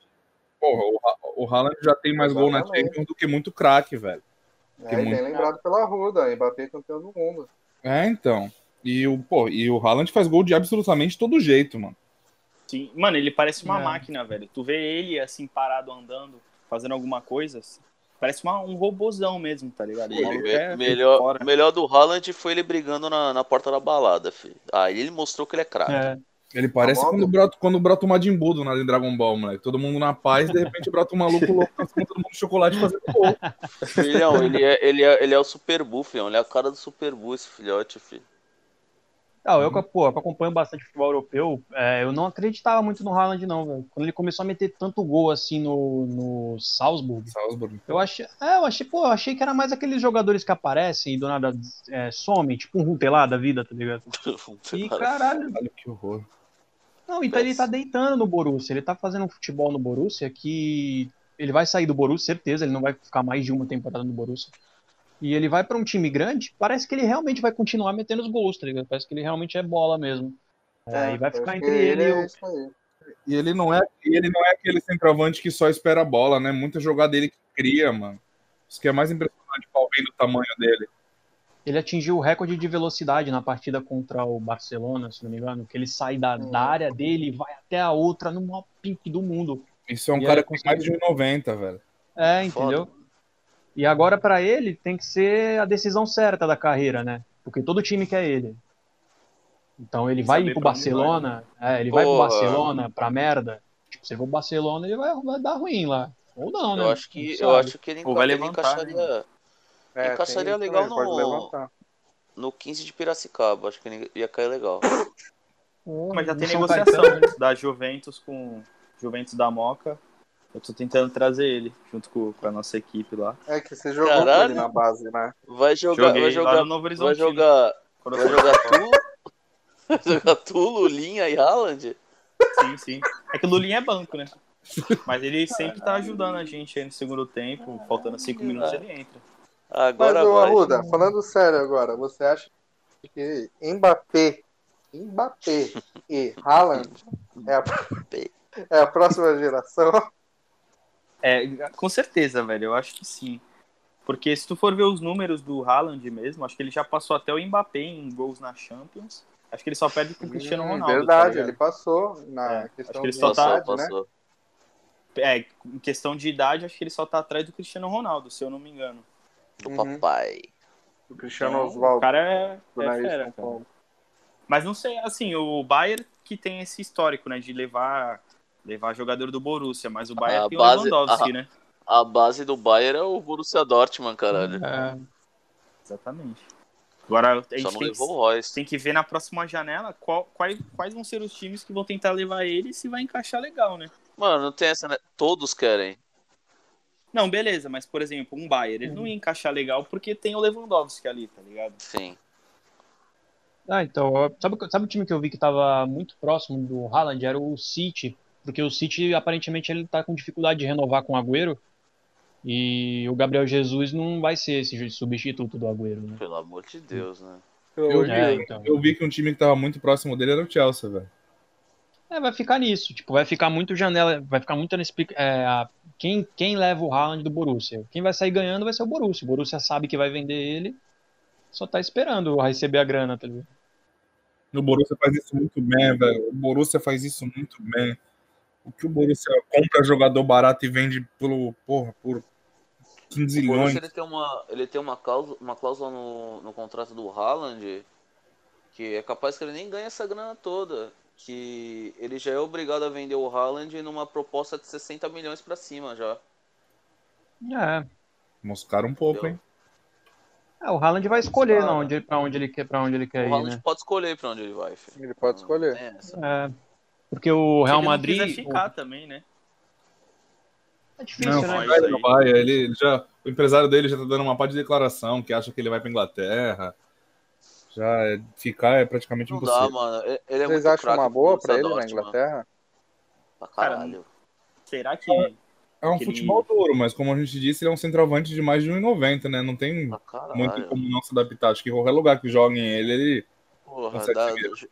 [SPEAKER 2] porra, o, Ha- o Haaland já tem mais gol na
[SPEAKER 3] Exatamente.
[SPEAKER 2] Champions do que muito craque, velho.
[SPEAKER 3] É,
[SPEAKER 2] Que
[SPEAKER 3] e bem
[SPEAKER 2] muito-
[SPEAKER 3] lembrado pela Ruda, Mbappé campeão do mundo.
[SPEAKER 2] É, então. E o, pô, e o Haaland faz gol de absolutamente todo jeito, mano.
[SPEAKER 6] Sim. Mano, ele parece uma
[SPEAKER 5] É.
[SPEAKER 6] máquina, velho. Tu vê ele assim, parado, andando, fazendo alguma coisa. assim, Parece uma- um robozão mesmo, tá ligado? O
[SPEAKER 7] Filho,
[SPEAKER 6] maluco
[SPEAKER 7] me-
[SPEAKER 6] é
[SPEAKER 7] melhor,
[SPEAKER 6] fora.
[SPEAKER 7] melhor do Haaland foi ele brigando na, na porta da balada, filho. Aí ele mostrou que ele é
[SPEAKER 6] Ah.
[SPEAKER 7] craque.
[SPEAKER 5] É,
[SPEAKER 2] Ele parece
[SPEAKER 3] Tá bom,
[SPEAKER 2] quando brota, quando brota o Majin Buu do nada em Dragon Ball, moleque. Todo mundo na paz, de repente brota um maluco louco, com todo mundo chocolate fazendo gol.
[SPEAKER 7] Filhão, ele é, ele, é, ele é o Super Bull, filhão. Ele é a cara do Super Bull, esse filhote, filho.
[SPEAKER 5] Ah, eu, que, pô, que acompanho bastante futebol europeu, é, eu não acreditava muito no Haaland, não, velho. Quando ele começou a meter tanto gol assim no, no Salzburg,
[SPEAKER 2] Salzburg.
[SPEAKER 5] eu achei, é, eu achei, pô, eu achei que era mais aqueles jogadores que aparecem e do nada é, somem, tipo um Runtelá da vida, tá ligado? E caralho,
[SPEAKER 2] Olha que horror.
[SPEAKER 5] não, então ele tá deitando no Borussia, ele tá fazendo um futebol no Borussia que ele vai sair do Borussia, certeza, ele não vai ficar mais de uma temporada no Borussia. E ele vai pra um time grande, parece que ele realmente vai continuar metendo os gols, tá ligado? Parece que ele realmente é bola mesmo. Aí vai
[SPEAKER 3] eu
[SPEAKER 5] ficar
[SPEAKER 3] acho É, que
[SPEAKER 5] entre ele e
[SPEAKER 3] é
[SPEAKER 5] o
[SPEAKER 3] isso aí.
[SPEAKER 2] E ele não é, e ele não é aquele centroavante que só espera a bola, né? Muita jogada ele que cria, mano. Isso que é mais impressionante pau vendo o tamanho dele.
[SPEAKER 5] Ele atingiu o recorde de velocidade na partida contra o Barcelona, se não me engano, que ele sai da, da área dele e vai até a outra no maior pique do mundo.
[SPEAKER 2] Isso é um
[SPEAKER 5] E
[SPEAKER 2] cara
[SPEAKER 5] ele
[SPEAKER 2] que tem mais de 1,90, velho.
[SPEAKER 5] É, entendeu? E agora pra ele tem que ser a decisão certa da carreira, né? Porque todo time quer ele. Então ele vai
[SPEAKER 6] Saber
[SPEAKER 5] ir pro
[SPEAKER 6] pra onde
[SPEAKER 5] Barcelona, é, ele vai pro
[SPEAKER 7] Porra.
[SPEAKER 5] Barcelona pra merda. Tipo, se ele for pro Barcelona, ele vai, vai dar ruim lá. Ou não, né?
[SPEAKER 7] Eu acho que,
[SPEAKER 5] Sabe?
[SPEAKER 7] eu acho que ele,
[SPEAKER 6] Ou vai
[SPEAKER 7] ele
[SPEAKER 6] levantar, né,
[SPEAKER 7] encaixaria
[SPEAKER 3] É, tem
[SPEAKER 7] Encaixaria
[SPEAKER 3] isso
[SPEAKER 7] legal
[SPEAKER 3] também, pode
[SPEAKER 7] no-
[SPEAKER 3] levantar.
[SPEAKER 7] no 15 de Piracicaba. Acho que ele ia cair legal.
[SPEAKER 5] Porra,
[SPEAKER 6] Mas já
[SPEAKER 5] no
[SPEAKER 6] tem
[SPEAKER 5] São
[SPEAKER 6] negociação
[SPEAKER 5] Caetano, né?
[SPEAKER 6] da Juventus com Juventus da Moca. Eu tô tentando trazer ele junto com, com a nossa equipe lá.
[SPEAKER 3] É que você jogou com
[SPEAKER 7] Caralho.
[SPEAKER 3] ele na base, né?
[SPEAKER 7] Vai jogar,
[SPEAKER 6] Joguei
[SPEAKER 7] vai
[SPEAKER 6] lá
[SPEAKER 7] jogar,
[SPEAKER 6] no Novo
[SPEAKER 7] vai
[SPEAKER 6] Horizonte. né?
[SPEAKER 7] jogar,
[SPEAKER 6] Quando
[SPEAKER 7] vai
[SPEAKER 6] eu-
[SPEAKER 7] jogar tu, vai jogar tu, Lulinha e Haaland.
[SPEAKER 6] Sim, sim. É que o Lulinha é banco, né? Mas ele sempre tá ajudando a gente aí no segundo tempo. Faltando cinco minutos ele entra.
[SPEAKER 7] Agora
[SPEAKER 3] Mas, ô,
[SPEAKER 7] vai.
[SPEAKER 3] Arruda, falando sério agora, você acha que Mbappé, Mbappé e Haaland é a, é a próxima geração?
[SPEAKER 6] É, com certeza, velho. Eu acho que sim. Porque se tu for ver os números do Haaland mesmo, acho que ele já passou até o Mbappé em gols na Champions. Acho que ele só perde pro Cristiano
[SPEAKER 3] Hum,
[SPEAKER 6] Ronaldo.
[SPEAKER 3] Verdade,
[SPEAKER 6] tá ligado?
[SPEAKER 3] ele passou na
[SPEAKER 6] É, acho
[SPEAKER 3] questão
[SPEAKER 6] que ele
[SPEAKER 3] de
[SPEAKER 6] só tá-
[SPEAKER 3] idade, né?
[SPEAKER 7] passou.
[SPEAKER 6] É, em questão de idade, acho que ele só tá atrás do Cristiano Ronaldo, se eu não me engano.
[SPEAKER 7] Do
[SPEAKER 3] Uhum.
[SPEAKER 7] papai.
[SPEAKER 3] O Cristiano
[SPEAKER 6] Então, O
[SPEAKER 3] Oswaldo,
[SPEAKER 6] cara é,
[SPEAKER 3] do
[SPEAKER 6] é
[SPEAKER 3] Nariz de
[SPEAKER 6] fera,
[SPEAKER 3] São
[SPEAKER 6] cara.
[SPEAKER 3] Paulo.
[SPEAKER 6] Mas não sei, assim, o Bayern que tem esse histórico, né, de levar levar jogador do Borussia, mas o Bayern
[SPEAKER 7] A
[SPEAKER 6] tem
[SPEAKER 7] base-
[SPEAKER 6] o Lewandowski, né?
[SPEAKER 7] A base do Bayern é o Borussia Dortmund, caralho.
[SPEAKER 5] É,
[SPEAKER 6] Exatamente. Agora a gente
[SPEAKER 7] Só não
[SPEAKER 6] tem,
[SPEAKER 7] levou
[SPEAKER 6] que,
[SPEAKER 7] o Royce.
[SPEAKER 6] tem que ver na próxima janela qual, quais, quais vão ser os times que vão tentar levar ele e se vai encaixar legal, né?
[SPEAKER 7] Mano, não tem essa, né? Todos querem.
[SPEAKER 6] Não, beleza, mas por exemplo, um Bayern, ele não ia encaixar legal porque tem o Lewandowski ali, tá ligado?
[SPEAKER 7] Sim.
[SPEAKER 5] Ah, então, ó, sabe, o- sabe o time que eu vi que tava muito próximo do Haaland? Era o City, porque o City aparentemente ele tá com dificuldade de renovar com o Agüero e o Gabriel Jesus não vai ser esse substituto do Agüero, né?
[SPEAKER 7] Pelo amor de Deus, né?
[SPEAKER 2] Eu,
[SPEAKER 5] É,
[SPEAKER 2] vi,
[SPEAKER 5] então.
[SPEAKER 2] eu vi que um time que tava muito próximo dele era o Chelsea, velho.
[SPEAKER 5] É, vai ficar nisso, tipo, vai ficar muito janela, vai ficar muito nesse, pic- é, a- quem, quem leva o Haaland do Borussia? Quem vai sair ganhando vai ser o Borussia. O Borussia sabe que vai vender ele, só tá esperando receber a grana, tá ligado?
[SPEAKER 2] O Borussia faz isso muito bem, velho. O Borussia faz isso muito bem. O que o Borussia compra jogador barato e vende pelo, porra, por 15
[SPEAKER 7] O
[SPEAKER 2] milhões.
[SPEAKER 7] Borussia, ele tem uma, ele tem uma cláusula, uma cláusula no, no contrato do Haaland que é capaz que ele nem ganhe essa grana toda. Que ele já é obrigado a vender o Haaland numa proposta de 60 milhões pra cima já.
[SPEAKER 5] É.
[SPEAKER 2] Moscaram um pouco, hein?
[SPEAKER 5] É, o Haaland vai escolher
[SPEAKER 7] Claro.
[SPEAKER 5] na onde, pra onde ele quer, pra onde ele quer
[SPEAKER 7] o
[SPEAKER 5] ir,
[SPEAKER 7] Haaland
[SPEAKER 5] né?
[SPEAKER 7] pode escolher pra onde ele vai, filho.
[SPEAKER 3] então, Ele pode
[SPEAKER 7] Não
[SPEAKER 3] escolher.
[SPEAKER 7] tem essa.
[SPEAKER 5] É, porque o Real
[SPEAKER 6] Se ele não quiser
[SPEAKER 5] Madrid,
[SPEAKER 6] ficar também, né?
[SPEAKER 5] o- é difícil,
[SPEAKER 2] Não,
[SPEAKER 5] né?
[SPEAKER 2] vai,
[SPEAKER 6] isso aí.
[SPEAKER 2] não vai. Ele, ele já, o empresário dele já tá dando uma parte de declaração que acha que ele vai pra Inglaterra. Já é- ficar é praticamente
[SPEAKER 7] Não dá,
[SPEAKER 2] impossível.
[SPEAKER 7] mano. Ele ele é
[SPEAKER 3] Vocês
[SPEAKER 7] muito
[SPEAKER 3] acham
[SPEAKER 7] craque é
[SPEAKER 3] uma
[SPEAKER 7] pro
[SPEAKER 3] boa pra ele na
[SPEAKER 7] Borussia Dortmund,
[SPEAKER 3] Inglaterra?
[SPEAKER 7] Pra
[SPEAKER 6] Cara,
[SPEAKER 7] caralho.
[SPEAKER 6] Será que.
[SPEAKER 2] É um
[SPEAKER 6] Aquele-
[SPEAKER 2] futebol duro, mas como a gente disse, ele é um centroavante de mais de 1,90, né? Não tem
[SPEAKER 7] Pra Ah, caralho.
[SPEAKER 2] muito como não se adaptar. Acho que qualquer lugar que joguem ele, ele.
[SPEAKER 7] Porra,
[SPEAKER 2] consegue
[SPEAKER 7] dá,
[SPEAKER 2] seguir.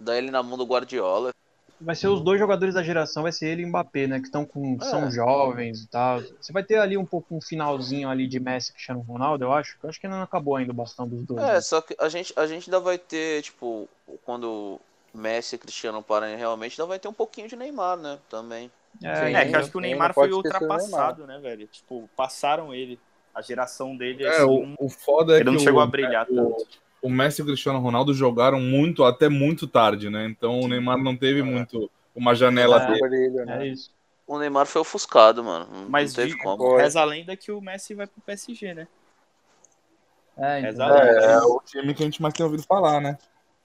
[SPEAKER 7] dá ele na mão do Guardiola.
[SPEAKER 5] Vai ser os
[SPEAKER 6] Uhum.
[SPEAKER 5] dois jogadores da geração, vai ser ele e o Mbappé, né? Que estão com.
[SPEAKER 7] É.
[SPEAKER 5] são jovens e tal. Você vai ter ali um pouco um finalzinho ali de Messi e Cristiano Ronaldo, eu acho. Eu acho que ainda não acabou ainda o bastão dos
[SPEAKER 3] Uhum.
[SPEAKER 5] dois. né?
[SPEAKER 7] É, só que a gente, a gente ainda vai ter, tipo, quando Messi e Cristiano pararem realmente, ainda vai ter um pouquinho de Neymar, né? Também.
[SPEAKER 5] É,
[SPEAKER 3] Sim.
[SPEAKER 6] É, que
[SPEAKER 5] entendeu?
[SPEAKER 6] eu acho que o
[SPEAKER 3] Ele
[SPEAKER 6] Neymar
[SPEAKER 3] não pode
[SPEAKER 6] foi
[SPEAKER 3] esquecer do
[SPEAKER 6] ultrapassado, né, velho? Tipo, passaram ele. A geração dele,
[SPEAKER 2] É,
[SPEAKER 6] assim,
[SPEAKER 2] o, o foda é
[SPEAKER 6] ele
[SPEAKER 2] que
[SPEAKER 6] não
[SPEAKER 2] o-
[SPEAKER 6] chegou a brilhar
[SPEAKER 2] o-
[SPEAKER 6] tanto.
[SPEAKER 2] o Messi e o Cristiano Ronaldo jogaram muito até muito tarde, né? Então o Neymar não teve muito uma janela
[SPEAKER 5] É.
[SPEAKER 2] dele.
[SPEAKER 3] O brilho, né?
[SPEAKER 5] É isso.
[SPEAKER 7] O Neymar foi ofuscado, mano. Não
[SPEAKER 6] Mas
[SPEAKER 7] teve
[SPEAKER 6] vi-
[SPEAKER 7] como.
[SPEAKER 3] Foi.
[SPEAKER 6] reza a lenda que o Messi vai pro PSG, né?
[SPEAKER 5] É,
[SPEAKER 6] Reza
[SPEAKER 5] então.
[SPEAKER 6] a lenda.
[SPEAKER 2] É o time que a gente mais tem ouvido falar, né?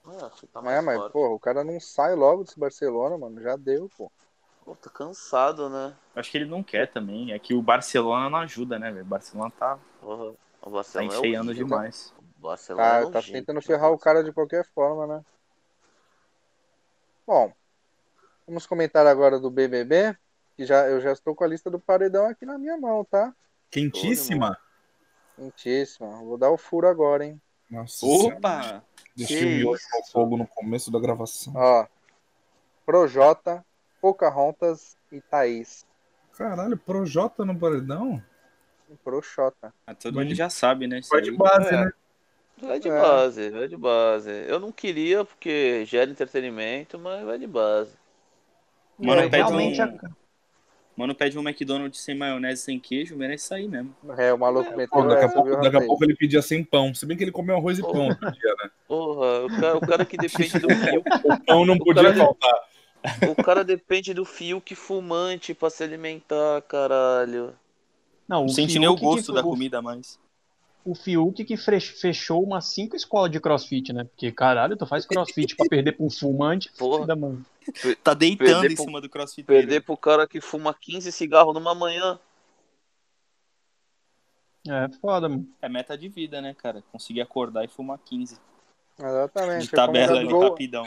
[SPEAKER 7] É, você tá
[SPEAKER 3] É,
[SPEAKER 7] mais
[SPEAKER 3] mas,
[SPEAKER 7] fora.
[SPEAKER 3] porra, o cara não sai logo desse Barcelona, mano. Já deu, pô.
[SPEAKER 7] Pô, tá cansado, né?
[SPEAKER 6] Acho que ele não quer também. É que o Barcelona não ajuda, né, velho? O Barcelona tá,
[SPEAKER 7] Porra, o
[SPEAKER 6] tá
[SPEAKER 7] Barcelona é
[SPEAKER 6] enfeiando
[SPEAKER 7] horrível.
[SPEAKER 6] demais.
[SPEAKER 7] O Barcelona é
[SPEAKER 3] Tá, tá
[SPEAKER 7] nojento,
[SPEAKER 3] tentando
[SPEAKER 7] né?
[SPEAKER 3] ferrar o cara de qualquer forma, né? Bom, vamos comentar agora do BBB, que já, eu já estou com a lista do paredão aqui na minha mão, tá?
[SPEAKER 2] Quentíssima.
[SPEAKER 3] Quentíssima. Vou dar o furo agora, hein?
[SPEAKER 2] Nossa, senhora,
[SPEAKER 6] Opa!
[SPEAKER 2] deixei o miojo no fogo no começo da gravação.
[SPEAKER 3] Ó, Projota, Pocahontas e Thaís.
[SPEAKER 2] Caralho, Projota no paredão?
[SPEAKER 3] Projota.
[SPEAKER 6] Ah, Todo
[SPEAKER 2] Vai
[SPEAKER 6] mundo
[SPEAKER 2] de-
[SPEAKER 6] já sabe, né? isso
[SPEAKER 2] Foi de
[SPEAKER 6] aí.
[SPEAKER 2] base, né?
[SPEAKER 7] Vai de
[SPEAKER 3] É.
[SPEAKER 7] base, vai de base. Eu não queria, porque gera entretenimento, mas vai de base.
[SPEAKER 6] Mano,
[SPEAKER 5] É,
[SPEAKER 6] pede
[SPEAKER 5] realmente
[SPEAKER 6] um-
[SPEAKER 5] a-
[SPEAKER 6] Mano, pede um McDonald's sem maionese, sem queijo, merece sair mesmo.
[SPEAKER 3] É, o maluco
[SPEAKER 2] Pô,
[SPEAKER 3] meteu
[SPEAKER 2] daqui a
[SPEAKER 3] essa,
[SPEAKER 2] pouco,
[SPEAKER 3] viu,
[SPEAKER 2] daqui a
[SPEAKER 3] rapaz?
[SPEAKER 2] pouco ele pedia sem pão. Se bem que ele comeu arroz e pão outro dia, né?
[SPEAKER 7] Porra, o cara, o cara que depende do fio.
[SPEAKER 2] O pão não
[SPEAKER 7] O
[SPEAKER 2] podia
[SPEAKER 7] cara-
[SPEAKER 2] faltar.
[SPEAKER 7] O cara depende do fio que fumante pra se alimentar, caralho.
[SPEAKER 5] Não, o
[SPEAKER 6] Não sente
[SPEAKER 5] Fiuk
[SPEAKER 6] nem o
[SPEAKER 5] que-
[SPEAKER 6] gosto da
[SPEAKER 5] o-
[SPEAKER 6] comida mais.
[SPEAKER 5] O Fiuk que fre- fechou umas cinco escolas de crossfit, né? Porque, caralho, tu faz crossfit pra perder pra um fumante.
[SPEAKER 7] Porra.
[SPEAKER 5] Ainda, mano.
[SPEAKER 6] Tá deitando
[SPEAKER 7] Perder
[SPEAKER 6] em
[SPEAKER 7] pro-
[SPEAKER 6] cima do crossfit.
[SPEAKER 7] Perder pro cara que fuma 15 cigarros numa manhã.
[SPEAKER 5] É foda, mano.
[SPEAKER 6] É meta de vida, né, cara? Conseguir acordar e fumar 15.
[SPEAKER 3] Exatamente.
[SPEAKER 6] De
[SPEAKER 3] é como o
[SPEAKER 6] tabela ali,
[SPEAKER 3] Gabigol-
[SPEAKER 6] rapidão.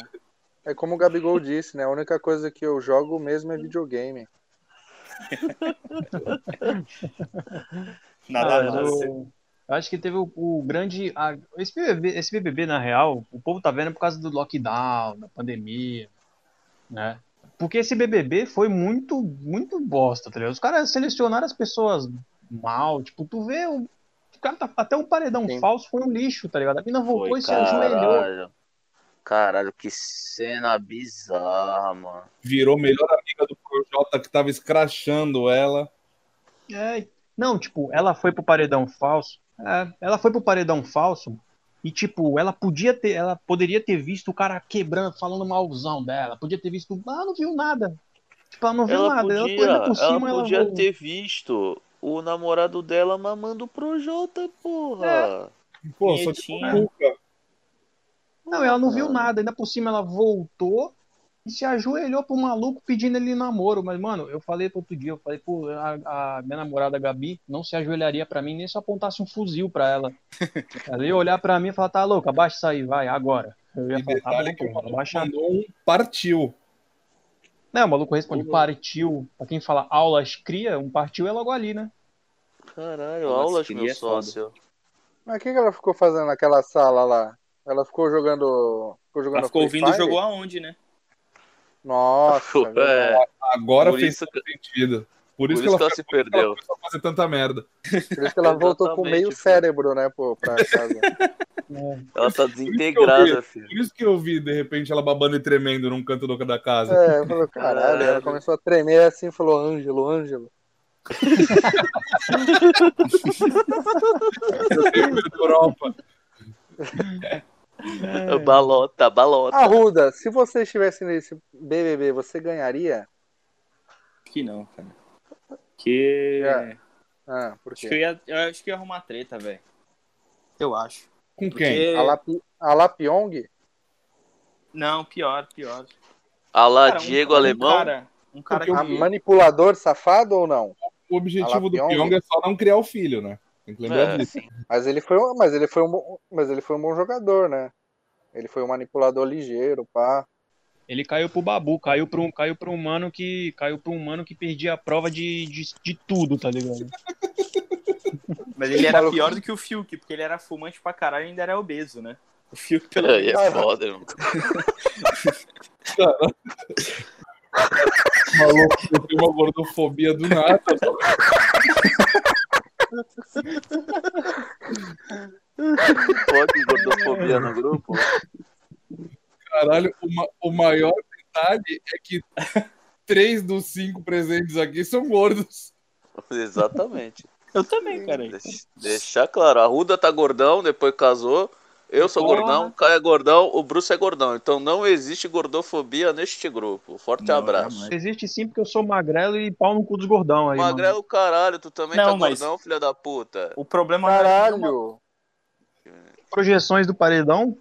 [SPEAKER 3] É como o Gabigol disse, né? A única coisa que eu jogo mesmo é videogame.
[SPEAKER 6] Nada
[SPEAKER 5] Cara,
[SPEAKER 6] mais.
[SPEAKER 5] eu- eu acho que teve o, o grande. a- esse, BBB, esse BBB, na real, o povo tá vendo por causa do lockdown, da pandemia, né? Porque esse BBB foi muito, muito bosta, tá ligado? Os caras selecionaram as pessoas mal, tipo, tu vê o. o cara tá, até um paredão
[SPEAKER 3] Sim.
[SPEAKER 5] falso foi um lixo, tá ligado? A mina voltou
[SPEAKER 7] Foi,
[SPEAKER 5] e se ajoelhou.
[SPEAKER 7] caralho. Caralho, que cena bizarra, mano.
[SPEAKER 2] Virou melhor amiga do Projota que tava escrachando ela.
[SPEAKER 5] É, não, tipo, ela foi pro paredão falso. É, ela foi pro paredão falso e, tipo, ela podia ter, ela poderia ter visto o cara quebrando, falando malzão dela. Podia ter visto, ah, não viu nada. Tipo, ela não viu
[SPEAKER 7] Ela
[SPEAKER 5] nada.
[SPEAKER 7] podia,
[SPEAKER 5] ela, ainda por
[SPEAKER 7] ela
[SPEAKER 5] cima,
[SPEAKER 7] podia
[SPEAKER 5] ela
[SPEAKER 7] ter visto o namorado dela mamando pro Jota, porra.
[SPEAKER 2] Pô, só um de
[SPEAKER 6] Quietinha.
[SPEAKER 2] Pachuca.
[SPEAKER 5] Não, ela não viu nada. Ainda por cima ela voltou e se ajoelhou pro maluco pedindo ele namoro. Mas, mano, eu falei pro outro dia, eu falei, pô, a, a minha namorada Gabi não se ajoelharia pra mim nem se eu apontasse um fuzil pra ela. Ela ia olhar pra mim e falar, tá louco, abaixa isso aí, vai, agora. Eu ia
[SPEAKER 2] E
[SPEAKER 5] falar, tá
[SPEAKER 2] detalhe
[SPEAKER 5] bom,
[SPEAKER 2] que o
[SPEAKER 5] porra,
[SPEAKER 2] maluco
[SPEAKER 5] abaixa.
[SPEAKER 2] mandou um partiu.
[SPEAKER 5] Não, o maluco responde, partiu. Pra quem fala aulas cria, um partiu é logo ali, né?
[SPEAKER 7] Caralho,
[SPEAKER 6] Nossa,
[SPEAKER 7] aulas,
[SPEAKER 6] que
[SPEAKER 7] meu
[SPEAKER 6] é foda.
[SPEAKER 7] sócio.
[SPEAKER 3] Mas o que, que ela ficou fazendo naquela sala lá? Ela ficou jogando. Ficou jogando
[SPEAKER 6] Ela ficou
[SPEAKER 3] Free
[SPEAKER 6] ouvindo o
[SPEAKER 3] Fire?
[SPEAKER 6] jogo aonde, né?
[SPEAKER 3] Nossa. velho.
[SPEAKER 7] é,
[SPEAKER 2] Agora
[SPEAKER 7] Por
[SPEAKER 2] fez
[SPEAKER 7] isso
[SPEAKER 2] sentido. Por,
[SPEAKER 7] por
[SPEAKER 2] isso que ela,
[SPEAKER 7] se
[SPEAKER 2] por isso que ela
[SPEAKER 7] perdeu.
[SPEAKER 2] começou a fazer tanta merda.
[SPEAKER 3] Por isso que ela voltou com
[SPEAKER 7] Exatamente,
[SPEAKER 3] meio
[SPEAKER 7] filho.
[SPEAKER 3] cérebro, né, pô, pra casa.
[SPEAKER 5] É.
[SPEAKER 7] Ela tá
[SPEAKER 2] eu vi.
[SPEAKER 7] desintegrada, filho.
[SPEAKER 2] Por isso que eu vi, de repente, ela babando e tremendo num canto do da casa.
[SPEAKER 3] É, falou, caralho, ela
[SPEAKER 7] Caralho.
[SPEAKER 3] começou a tremer assim, falou, Ângelo, Ângelo.
[SPEAKER 2] Eu tenho medo um da Europa.
[SPEAKER 7] Balota, balota.
[SPEAKER 3] Arruda, Ah, se você estivesse nesse BBB, você ganharia?
[SPEAKER 6] Acho que não, cara. Que.
[SPEAKER 3] É. Ah, por
[SPEAKER 6] Acho que eu
[SPEAKER 3] quê?
[SPEAKER 6] ia, eu acho que eu ia arrumar treta, velho. Eu acho.
[SPEAKER 2] Com quem?
[SPEAKER 6] Porque...
[SPEAKER 3] A Lapi- a Lapiong?
[SPEAKER 6] Não, pior, pior.
[SPEAKER 7] Alá,
[SPEAKER 6] Cara, um-
[SPEAKER 7] Ah, Diego
[SPEAKER 6] um
[SPEAKER 7] Alemão.
[SPEAKER 6] cara- um cara
[SPEAKER 3] A
[SPEAKER 6] que-
[SPEAKER 3] manipulador safado ou não?
[SPEAKER 2] O objetivo do
[SPEAKER 3] Alapiong?
[SPEAKER 2] Pyong é só não criar o filho, né? Tem que lembrar
[SPEAKER 7] É,
[SPEAKER 2] disso.
[SPEAKER 3] Mas ele foi, um- mas ele foi um, bom- mas ele foi um bom jogador, né? Ele foi um manipulador ligeiro, pá.
[SPEAKER 5] Ele caiu pro babu, caiu pro, caiu pro humano que. Caiu pro humano que perdia a prova de, de, de tudo, tá ligado?
[SPEAKER 6] Mas ele era pior do que o Fiuk, porque ele era fumante pra caralho e ainda era obeso, né? O Fiuk, pelo
[SPEAKER 7] Aí
[SPEAKER 6] menos.
[SPEAKER 7] é foda, irmão.
[SPEAKER 2] Maluco, eu tenho uma gordofobia do nada.
[SPEAKER 7] Pode gordofobia no grupo?
[SPEAKER 2] Caralho, o, ma- o maior detalhe é que três dos cinco presentes aqui são gordos.
[SPEAKER 7] Exatamente.
[SPEAKER 6] Eu também, cara.
[SPEAKER 7] Deix- Deixar claro. A Ruda tá gordão, depois casou. Eu sou
[SPEAKER 6] Porra.
[SPEAKER 7] gordão, o Caio é gordão, o Bruce é gordão. Então não existe gordofobia neste grupo. Forte
[SPEAKER 6] Não,
[SPEAKER 7] abraço.
[SPEAKER 6] jamais.
[SPEAKER 5] Existe sim porque eu sou magrelo e pau no cu dos gordão aí. mano.
[SPEAKER 7] Magrelo, é caralho, tu também
[SPEAKER 6] Não,
[SPEAKER 7] tá
[SPEAKER 6] mas-
[SPEAKER 7] gordão, filha da puta.
[SPEAKER 6] O problema não é nenhuma-
[SPEAKER 3] Caralho!
[SPEAKER 5] Projeções do paredão?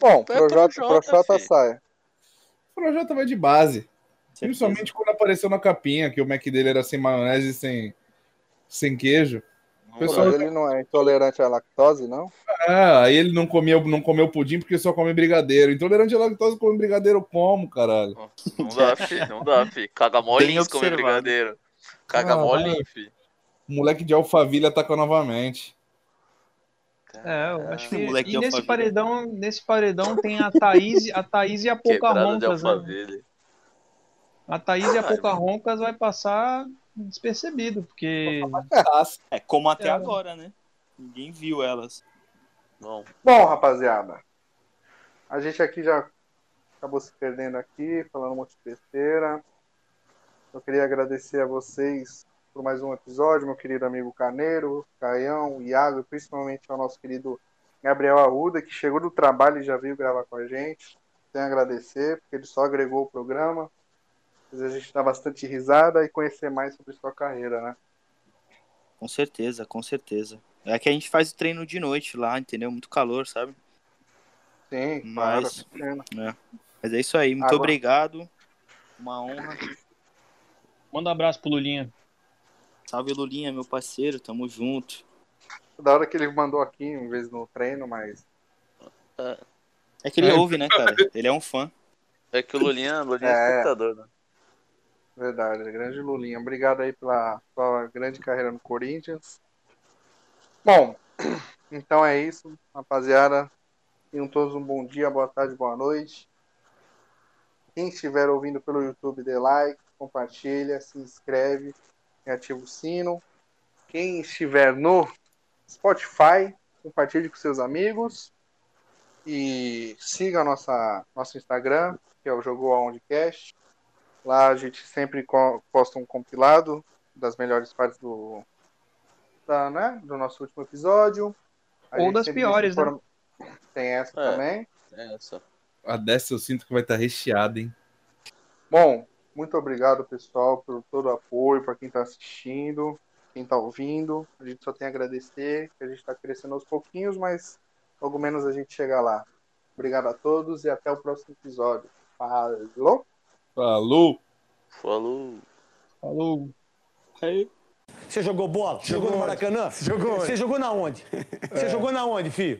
[SPEAKER 3] Bom,
[SPEAKER 7] Tu é
[SPEAKER 3] Projota,
[SPEAKER 7] Projota,
[SPEAKER 3] Projota
[SPEAKER 7] fi.
[SPEAKER 3] sai.
[SPEAKER 2] O projeto vai de base.
[SPEAKER 6] Certeza.
[SPEAKER 2] Principalmente quando apareceu na capinha, que o Mac dele era sem maionese e sem, sem queijo. O
[SPEAKER 3] Pô,
[SPEAKER 2] pessoal
[SPEAKER 3] Mas ele não é intolerante à lactose, não?
[SPEAKER 2] Ah, aí ele não comeu, não comeu pudim porque só come brigadeiro. Intolerante à lactose come brigadeiro, eu como, caralho.
[SPEAKER 7] Não dá, fi, não dá, fi. Caga molins
[SPEAKER 6] Bem
[SPEAKER 7] comer
[SPEAKER 6] observado. Ah,
[SPEAKER 7] brigadeiro. Caga
[SPEAKER 2] Caralho.
[SPEAKER 7] molins, fi.
[SPEAKER 2] O moleque de Alphaville atacou novamente.
[SPEAKER 5] É, eu acho que.
[SPEAKER 6] O moleque de
[SPEAKER 5] E nesse
[SPEAKER 6] Alphaville.
[SPEAKER 5] paredão, nesse paredão tem a Thaís, a Thaís e a
[SPEAKER 7] Quebrada de
[SPEAKER 5] Pocahontas, né?
[SPEAKER 7] alfaville.
[SPEAKER 5] A Thaís e a
[SPEAKER 7] Ai,
[SPEAKER 5] Pocahontas vai passar despercebido, porque.
[SPEAKER 2] Nossa,
[SPEAKER 6] É como até
[SPEAKER 5] É.
[SPEAKER 6] agora, né? Ninguém viu elas.
[SPEAKER 7] Não.
[SPEAKER 3] Bom, rapaziada, a gente aqui já acabou se perdendo aqui, falando um monte de besteira. Eu queria agradecer a vocês por mais um episódio, meu querido amigo Caneiro, Caião, Iago, e principalmente ao nosso querido Gabriel Arruda, que chegou do trabalho e já veio gravar com a gente. Tenho a agradecer, porque ele só agregou o programa. Mas a gente dá bastante risada e conhecer mais sobre sua carreira, né?
[SPEAKER 6] Com certeza, com certeza. É que a gente faz o treino de noite lá, entendeu? Muito calor, sabe?
[SPEAKER 3] Sim, claro. é
[SPEAKER 6] Mas- Mas é isso aí. Muito
[SPEAKER 3] Agora-
[SPEAKER 6] obrigado. Uma honra.
[SPEAKER 5] Manda um abraço pro Lulinha.
[SPEAKER 6] Salve, Lulinha, meu parceiro. Tamo junto.
[SPEAKER 3] Da hora que ele mandou aqui, em vez no treino, mas
[SPEAKER 6] É que ele
[SPEAKER 2] É.
[SPEAKER 6] ouve, né, cara? Ele é um fã.
[SPEAKER 7] É que o Lulinha, o Lulinha
[SPEAKER 3] É.
[SPEAKER 7] é espectador, né?
[SPEAKER 3] Verdade, grande Lulinha. Obrigado aí pela sua grande carreira no Corinthians. Bom, então é isso, rapaziada. Tenham todos um bom dia, boa tarde, boa noite. Quem estiver ouvindo pelo YouTube, dê like, compartilha, se inscreve e ativa o sino. Quem estiver no Spotify, compartilhe com seus amigos. E siga a nossa, nosso Instagram, que é o Jogou Aonde Cast. Lá a gente sempre co- posta um compilado das melhores partes do, da, né, do nosso último episódio.
[SPEAKER 5] Ou
[SPEAKER 3] gente
[SPEAKER 5] das
[SPEAKER 3] sempre
[SPEAKER 5] piores, né?
[SPEAKER 3] informa- Tem essa
[SPEAKER 7] É.
[SPEAKER 3] também.
[SPEAKER 7] É essa.
[SPEAKER 2] a dessa eu sinto que vai estar recheada, hein?
[SPEAKER 3] Bom, muito obrigado, pessoal, por todo o apoio, para quem está tá assistindo. quem tá ouvindo. A gente só tem a agradecer, que a gente tá crescendo aos pouquinhos, mas logo menos a gente chega lá. Obrigado a todos e até o próximo episódio. Falou!
[SPEAKER 2] Falou!
[SPEAKER 7] Falou.
[SPEAKER 5] Falou. É.
[SPEAKER 2] É.
[SPEAKER 1] Você jogou bola? Jogou, no Maracanã? Jogou. Você jogou na onde? Você jogou na onde, filho?